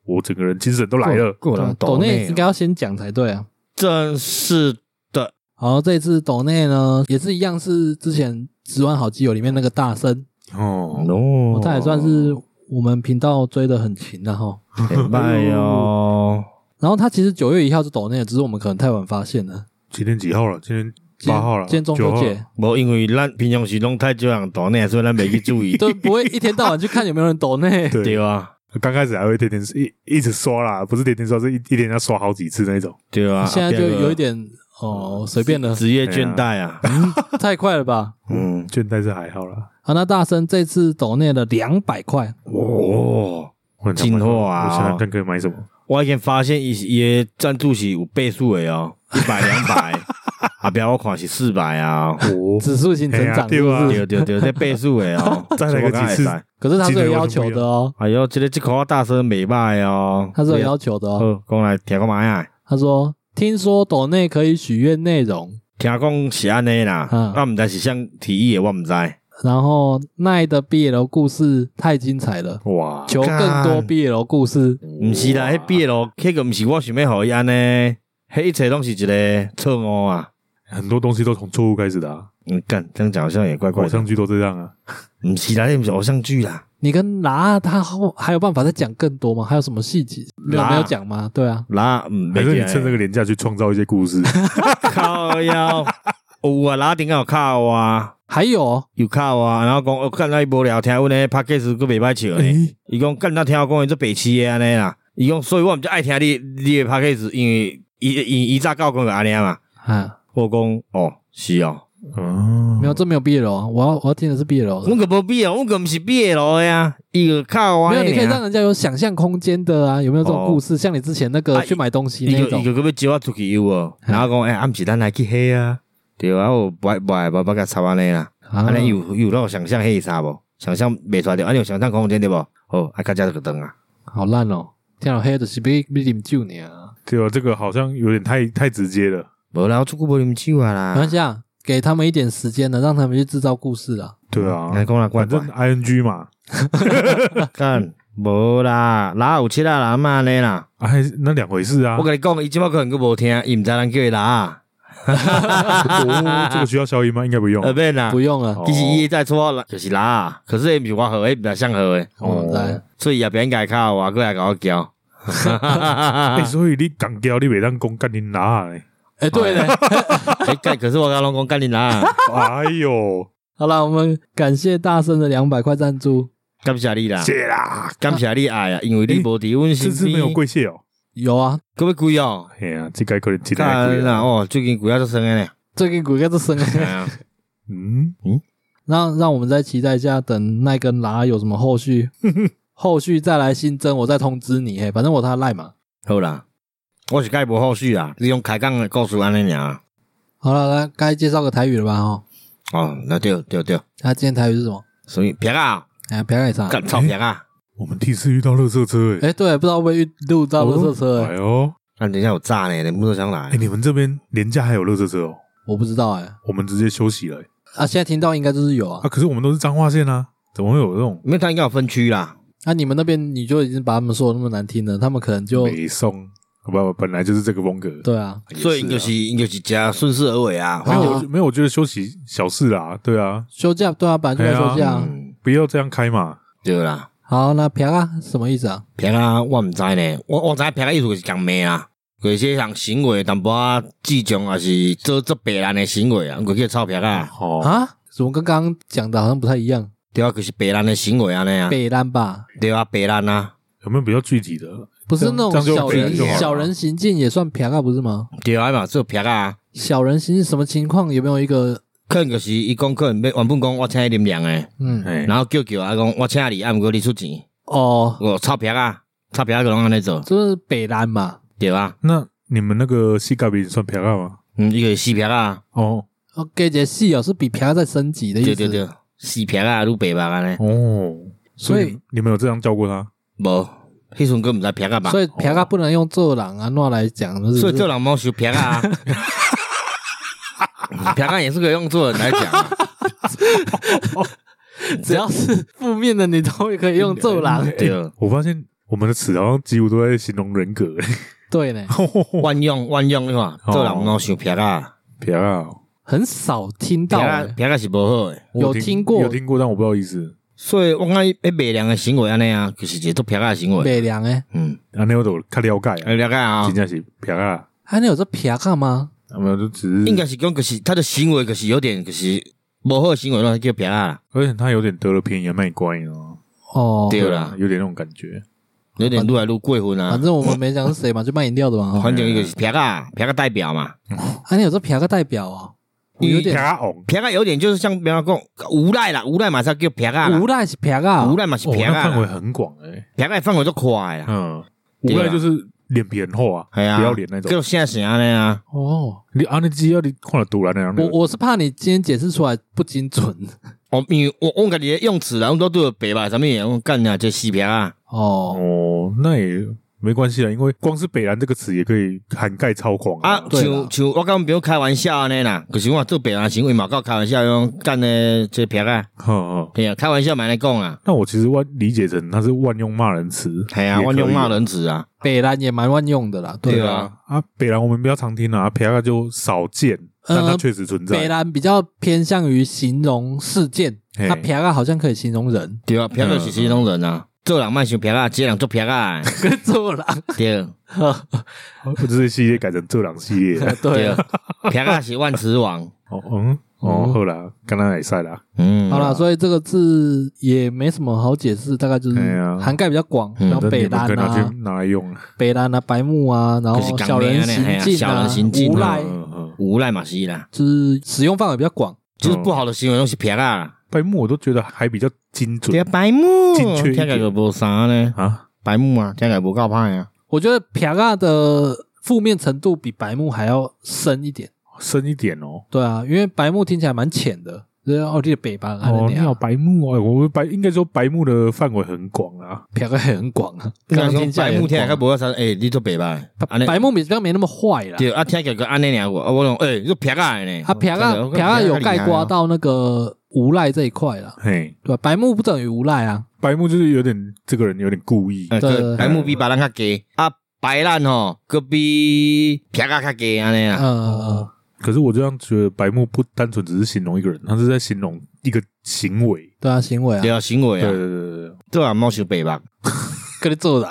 D: 我整个人精神都来了。
C: 过了
A: 啊斗内应该
C: 哦
A: 要先讲才对啊。
C: 正式的
A: 好，这一次斗内呢，也是一样，是之前《十万好基友》里面那个大森，
D: 哦，
C: 哦
A: 他也算是我们频道追的很勤的哈。
C: [laughs] 拜哦，
A: 然后他其实九月一号是斗内的，只是我们可能太晚发现了。
D: 今天几号了？今天
A: 今
D: 八号了，
A: 今天中秋
D: 9号
A: 节
D: 了，，
C: 无因为咱平常时拢太少人抖内，所以咱没去注意，
D: [laughs]
A: 对，不会一天到晚去看有没有人斗内。
D: 对
C: 对啊，
D: 刚开始还会天天一一直刷啦，不是天天刷，是一一天要刷好几次那种。
C: 对啊，
A: 现在就
C: 啊
A: 有一点哦，随
D: [laughs]
A: 便了，
C: 职业倦怠啊，
A: 太快了吧？
C: 嗯，
D: 倦怠是还好啦，
A: 好，那大森这次抖内了两百块，
C: 哦，
D: 我很想买
C: 进化啊
D: 我想想看可以买什么。
C: 我已经发现伊伊赞助是有倍数的哦，一百两百，啊，表我看是四百啊，
D: 哦，
A: 指数型成长
D: 哎呀
A: 是不
D: 对啊
A: 是？
C: 对对对，这倍数的哦，
D: 再来个几
C: 所
D: 次
C: 以我刚才知道
A: 可是他是有要求的哦，
C: 哎呦，这个这口大声没卖哦，
A: 他是有要求的哦。
C: 好，讲来听啊个嘛呀？
A: 他说：“听说抖内可以许愿内容，
C: 听讲是安尼啦，啊
A: 嗯
C: 我毋知是谁提议的，我毋知。
A: 然后奈的 BL 故事太精彩了，
D: 哇，
A: 求更多 BL 故事。
C: 毋是啦，迄毕业咯，迄个毋是我想要互伊安尼，迄一切拢是一个错误啊。
D: 很多东西都从错误开始的啊，
C: 嗯，干这样讲好像也怪怪
D: 偶
C: 的
D: 像。剧都这样啊。
C: 毋是啦，迄毋是偶像剧啦，
A: 你跟拿他后还有办法再讲更多吗？还有什么细节没有
C: 拿
A: 没有讲吗？对啊，
C: 拉嗯，
D: 还
C: 袂
D: 是
C: 记
D: 你
C: 得
D: 趁这个廉价去创造一些故事，
C: 哎靠腰， [laughs] 有啊，拉顶有靠啊，
A: 还有哦
C: 有靠啊，然后讲哦，干那伊无聊，听阮诶拍 case 佫袂歹笑呢。
D: 哎，
C: 伊讲干那听我讲伊做白痴诶安尼啦，伊讲所以我毋就爱听你你诶拍 case，因为伊伊伊早教讲就安尼啊嘛。
A: 啊，
C: 我讲哦，是哦，
D: 哦，
A: 没有，这没有 BL，哦我要我要听的是 BL 哦。
C: 阮可无毕业，阮可毋是毕业咯呀，伊个靠啊，
A: 没有，你可以让人家有想象空间的啊，有没有这种
C: 哦
A: 故事？像你之前那个
C: 啊
A: 去买东西
C: 伊
A: 那
C: 个
A: 种
C: 伊，个要招我出去有无？然后讲哎，啊毋是咱来去黑啊，对啊，我不爱不爱不不甲插安尼啦，
A: 啊
C: 安尼有有那想象黑差无？想象袂出来着，啊你有想象空间对无？哦，啊，甲遮就等啊，
A: 好烂哦！天老黑的是被被啉酒呢啊，
D: 对啊，这个好像有点太太直接了。
C: 无啦，我出久无啉酒啊
A: 没关
C: 啦，
A: 系啊，给他们一点时间呢，让他们去制造故事啊。
D: 对啊，
C: 来讲啦，怪
D: 反
C: 怪
D: 正 ing 嘛，嗯
C: 干。无啦，哪有七啊人嘛安尼啦？
D: 啊，还是那两回事啊。
C: 我甲你讲，伊即摆可能佫无听，伊毋知咱叫伊 [laughs] 啦。
D: [laughs] 哦，这个需要消音吗？应该不用。
C: 呃，免啦
A: 不，用了，
C: 其实伊在错啦，就是啦，可是伊毋是我好，伊毋知上好诶，
A: 我们哦来
C: 所以也免家靠我，啊过来甲我
D: [laughs]
C: 叫。
D: 欸所以你港交你袂当讲干你哪
C: [laughs]
D: 的？
A: 哎，对嘞。
C: 哎，干，可是我甲拢讲干你啦，
D: 哎呦，
A: 好了，我们感谢大圣的两百块赞助，
C: [laughs] 感谢你啦，
D: 谢啦！
C: 感谢你爱啊，因为你无伫阮
D: 这
C: 身
D: 次没有
C: 边，
D: 跪谢哦。
A: 有啊，
C: 可要贵哦，
D: 哎呀，这该可能今天还
C: 干
D: 跪
C: 啦
D: 了。
C: 哦，最近贵啊都升
D: [laughs]
C: 诶呢，
A: 最近股价是升了。 [laughs]
C: 哎
D: 啊
C: 呀
D: 嗯，
A: 那让我们再期待一下，等那根拉有什么后
C: [laughs]
A: 续，后续再来新增，我再通知你。嘿，反正我他赖嘛。
C: 好啦，我是该无后续啊，你用开讲诶故事安尼尔，
A: 好了，来该介绍个台语了吧？哦，
C: 哦，那对对对，
A: 那今天台语是什么？
C: 所以别啊，
A: 哎，不要给啥。
C: 干操别啊，
D: 我们第一次遇到垃圾车哎。
A: 哎，对，不知道会不会遇录到垃圾车、
D: 哎
C: 哦
A: 哎，
D: 呦，
C: 咱啊等一下有炸呢，你们都想来
D: 哎，，你们这边廉价还有垃圾车哦？
A: 我不知道哎、
D: 我们直接休息了欸
A: 啊，现在听到应该就是有
D: 啊！
A: 啊。
D: 可是我们都是彰化县啊，怎么会有这种
C: 因为他应该有分区啦，
A: 那、你们那边你就已经把他们说的那么难听了，他们可能就
D: 北宋？不不，本来就是这个风格。
A: 对啊，
D: 也
C: 所以就
D: 啊
C: 是就是加顺势而为啊，
D: 没
A: 啊
D: 有，没有，我觉得休息小事啦，对啊，
A: 休假对啊，本来就该休假、啊。
C: 嗯，
D: 不要这样开嘛。
C: 对啦。
A: 好，那啪啊什么意思啊？
C: 骗啊，我毋知呢，我我知骗啊意思就是讲骂啊，有些人行为啊淡薄仔智障，还是做做白人的行为啊，我叫臭骗啊，
D: 哦，
A: 啊？怎么跟刚刚讲的好像不太一样？
C: 对啊，就是白人的行为安尼啊，
A: 北单吧，
C: 对啊，白人啊，
D: 有没有比较具体的？
A: 不是那
D: 这样
A: 种
D: 就
A: 小
D: 北兰
A: 人
D: 就好了
A: 小人行径也算撇啊，不是吗？
C: 对啊嘛，做骗啊，
A: 小人心是什么情况？有没有一个
C: 可能就是伊讲可能要原本讲我请你啉凉诶，
A: 嗯
B: 哎，
C: 然后叫叫啊讲我请你，啊毋过你出钱，
A: 哦，
C: 我钞票啊，钞票就拢安尼做，
A: 就是北兰嘛，
C: 对吧？
D: 那你们那个西咖比算漂亮吗？
C: 嗯，伊个四票啊，
D: 哦
A: 哦，给一个戏哦，是比平再升级的意
C: 对对
A: 思。
C: 对，四票啊，愈白目安尼，
D: 哦，
A: 所
D: 你
A: 以
D: 你们有这样教过他？
C: 无，迄阵佫毋知票啊吧？
A: 所以平啊不能用做狼啊那来讲，就是
C: 所以做人莫收票
A: [laughs]
C: 啊，票啊也是可以用做人来讲啊，
A: 只要是负面的，你都可以用 [laughs]
C: [laughs]
A: 做狼。
C: 对，
D: 我发现我们的词好像几乎都在形容人格，哎
A: 对呢，
C: 万用万用你看，
A: 哦
C: 做人莫收票啊，
D: 漂亮。
A: 很少听到
C: 票啊
A: 欸，
C: 票啊是无好诶。
D: 我
A: 有听过
D: 有听过，但我不知道意思。
C: 所以我感觉迄卖凉诶行为安尼啊，就是一个做票啊行为，
A: 北凉哎，
C: 嗯，
D: 啊，那我都看了解啊，
C: 了解啊
D: 真。正是漂亮。
A: 啊，你有这平啊吗？
D: 啊没有，就只
C: 应
D: 是，
C: 该是讲，就是他的行为，就是有点，就是无好的行为，那叫骗啊，
D: 而且他有点得了便宜卖乖哦，
A: 哦，
C: 对啦，
D: 啊有点那种感觉。
C: 有点越来越过分啊
A: 反。正我们没讲是谁嘛，就卖饮料的嘛。哦
C: 反正伊
D: 嗯
C: 就是骗啊，骗个代表嘛，
A: 啊，你有这平啊代表哦，我有点
D: 加昂，
C: 骗啊有点就是像别人讲无赖啦，无赖嘛才叫骗啊，
A: 无赖是平啊，
C: 无赖嘛是
D: 哦，
C: 骗
D: 那范围
C: 啊，
D: 很广哎。
C: 骗啊的范围都快啊，
D: 嗯，
C: 对
D: 无
C: 啊
D: 赖就是脸皮很厚啊，
C: 系啊，
D: 不要脸那种
C: 就。现在是安尼啊，
A: 哦。
D: 你啊，你只要你看了独然那样，
A: 我我是怕你今天解释出来不精准
C: 我哦因为我我感觉用词啦，然后都对我白吧，什么也我干啊，这死骗啊，
A: 哦。
D: 哦，那也没关系啊，因为光是“北兰”这个词也可以涵盖超狂
C: 啊，
A: 对啦
C: 像像我跟朋友开玩笑安尼啦，可是我做骗啊行为嘛，跟我开玩笑用干的这骗啊，
D: 呵呵
C: 对啊，开玩笑嘛来讲啊。
D: 嗯那我其实万理解成它是万用骂人词，
C: 系啊，
D: 也可
C: 万
D: 以
C: 用骂人子啊，
A: 北兰也蛮万用的啦，
C: 对
A: 对啊。
C: 啊，
D: 啊。北兰我们比较常听啊，皮亚就少见，
A: 呃
D: 但它确实存
A: 北
D: 在。
A: 兰比较偏向于形容事件，
D: 嘿
A: 那平啊好像可以形容
C: [laughs]
A: 人，
C: 对啊，骗个
D: 嗯
C: 是这种人啊，做人慢想骗啊，这人做骗啊，
D: [laughs]
A: 跟做狼。
C: 对
D: 不知这系列改成这两系列
A: 对
C: 对
A: 啊，，
C: 骗啊是万磁王，
D: 哦，嗯，哦
A: 嗯，
D: 好啦，刚刚也晒啦，
C: 嗯，
A: 好啦，所以这个字也没什么好解释，大概就是
D: 哎呀
A: 涵盖比较广，
C: 嗯
A: 然后
D: 那你
A: 北
D: 们可
A: 兰
D: 以拿
A: 啊
D: 去、拿来用啊。
A: 北兰啊、白木啊，然
C: 就是
A: 后
C: 港
A: 小人
C: 妹啊那
A: 行
C: 嘿啊
A: 径
C: 小
A: 啊、
C: 人行径
A: 无
C: 啊
A: 赖，
D: 嗯嗯，
C: 无赖嘛是啦，
A: 就是使用范围比较广。
C: 就是不好的行为拢是骗啊，
D: 白目我都觉得还比较精
C: 对啊，
D: 准
C: 白目，
D: 进去
C: 听
D: 一点
C: 起来就无啥呢，
D: 啊。
C: 白目啊，听起来无够歹啊，
A: 我觉得平啊的负面程度比白木还要深一点。
D: 深一点哦，
A: 对啊，因为白木听起来蛮浅的，就是奥地的北吧，啊
D: 哦，你好
A: 样
D: 白目哦，我们白应该说白目的范围很广啦。
A: 平啊也很广啊。
C: 那
A: 刚刚
C: 像
A: 听起来
C: 白
A: 也
C: 目
A: 很
C: 听起来
A: 广
C: 无啥，诶，你做白吧，安尼
A: 白，白木比较没那么坏啦。
C: 对啊，听起来就安尼尔，我我讲，诶，你做骗啊的呢，
A: 啊，平
C: 听起来
A: 啊
C: 我
A: 平啊有盖刮，到那个无赖这一块啦，
D: 嘿，
A: 对吧白木不等于无赖啊，
D: 白目就是有点这个人有点故意，
C: 呃
A: 对对
C: 对
A: 对
C: 白目比白人较低，啊，白烂吼，佮比骗啊较低安尼啊。
A: 呃，
D: 可是我这样觉得，白目不单纯只是形容一个人，他是在形容一个行为。
A: 对啊，行为
C: 对
A: 啊，
C: 啊，行为
D: 对对
C: 啊，
D: 对对对，
C: 对啊，猫想白吧，
A: 跟你做人，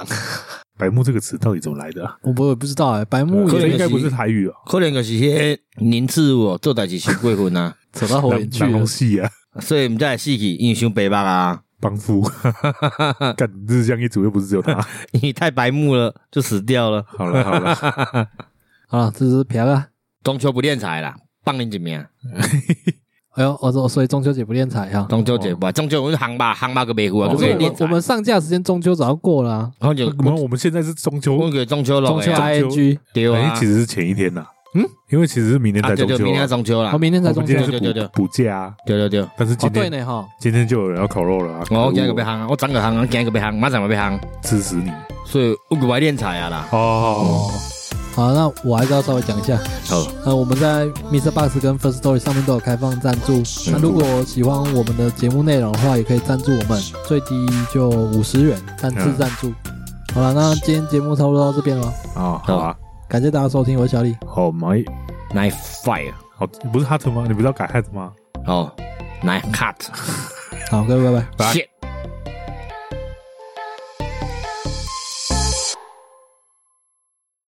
D: 白目这个词到底怎么来的、啊？
A: 我不我也不知道哎，白木
D: 我
C: 呃可
D: 觉
C: 能
D: 得
A: 也
D: 应该不是台语啊，
C: 可能就是迄个宁次哦，做代志想过分啊，
A: 扯到后面去
D: 南
A: 了
D: 龙，戏啊，
C: 所以毋才会死去，因为想白目啊，
D: 帮夫， [laughs] 干日向一族又不是只有他。
C: 因为太白目了，就死掉了，
D: 好了好了，
A: 啊，这是平啊，
C: 中秋不练财啦，放恁一命，
A: 哎呦，我说所以中秋节不练财哈，
C: 中秋节吧，中秋我们行吧，行吧个白虎啊，
D: 哦
A: 可
C: 哦我
A: 是
C: 给
A: 我
C: 练
A: 们
C: 财
A: 我，们上架时间中秋早就过了啊，
C: 我就
D: [laughs] 我们我们现在是中秋，
C: 我给中秋了
A: 中秋
C: 诶，
A: I N G，
C: 对
D: 哎、
C: 啊，
D: 其实是前一天呐、
A: 嗯，
D: 因为其实是明天
C: 啊
D: 才
C: 对
D: 中秋、
C: 对，
D: 啊，
C: 明天中秋啦
A: 我，哦明天才
D: 我
A: 中
D: 们
A: 秋
D: 今，
C: 对
D: 天
C: 对对
D: 是补补假啊，
C: 对对对，
D: 但是
A: 哦
D: 今
A: 对
D: 天、
A: 呢哈，
D: 今天就有人要烤肉了啊！
C: 我今个
D: 可恶
C: 别行啊，我昨个行啊，今个别行，马上要行，
D: 支持你
C: 所以我就爱练财啊啦，
D: 哦。
A: 哦。好，那我还是要稍微讲一下。
C: 好，
A: 呃，我们在 Mr. Box 跟 First Story 上面都有开放赞助。那如果喜欢我们的节目内容的话，也可以赞助我们，最低就五十元单
D: 嗯
A: 次赞助。好了，那今天节目差不多到这边了，
D: 啊，好啊，
A: 感谢大家收听，我是小李，
D: 好嘛，哎
C: n i fire，
D: 好，不是哈特吗？你不是要改汉特吗？
C: 哦，n i cut，
A: 好，各位拜拜。
C: shit。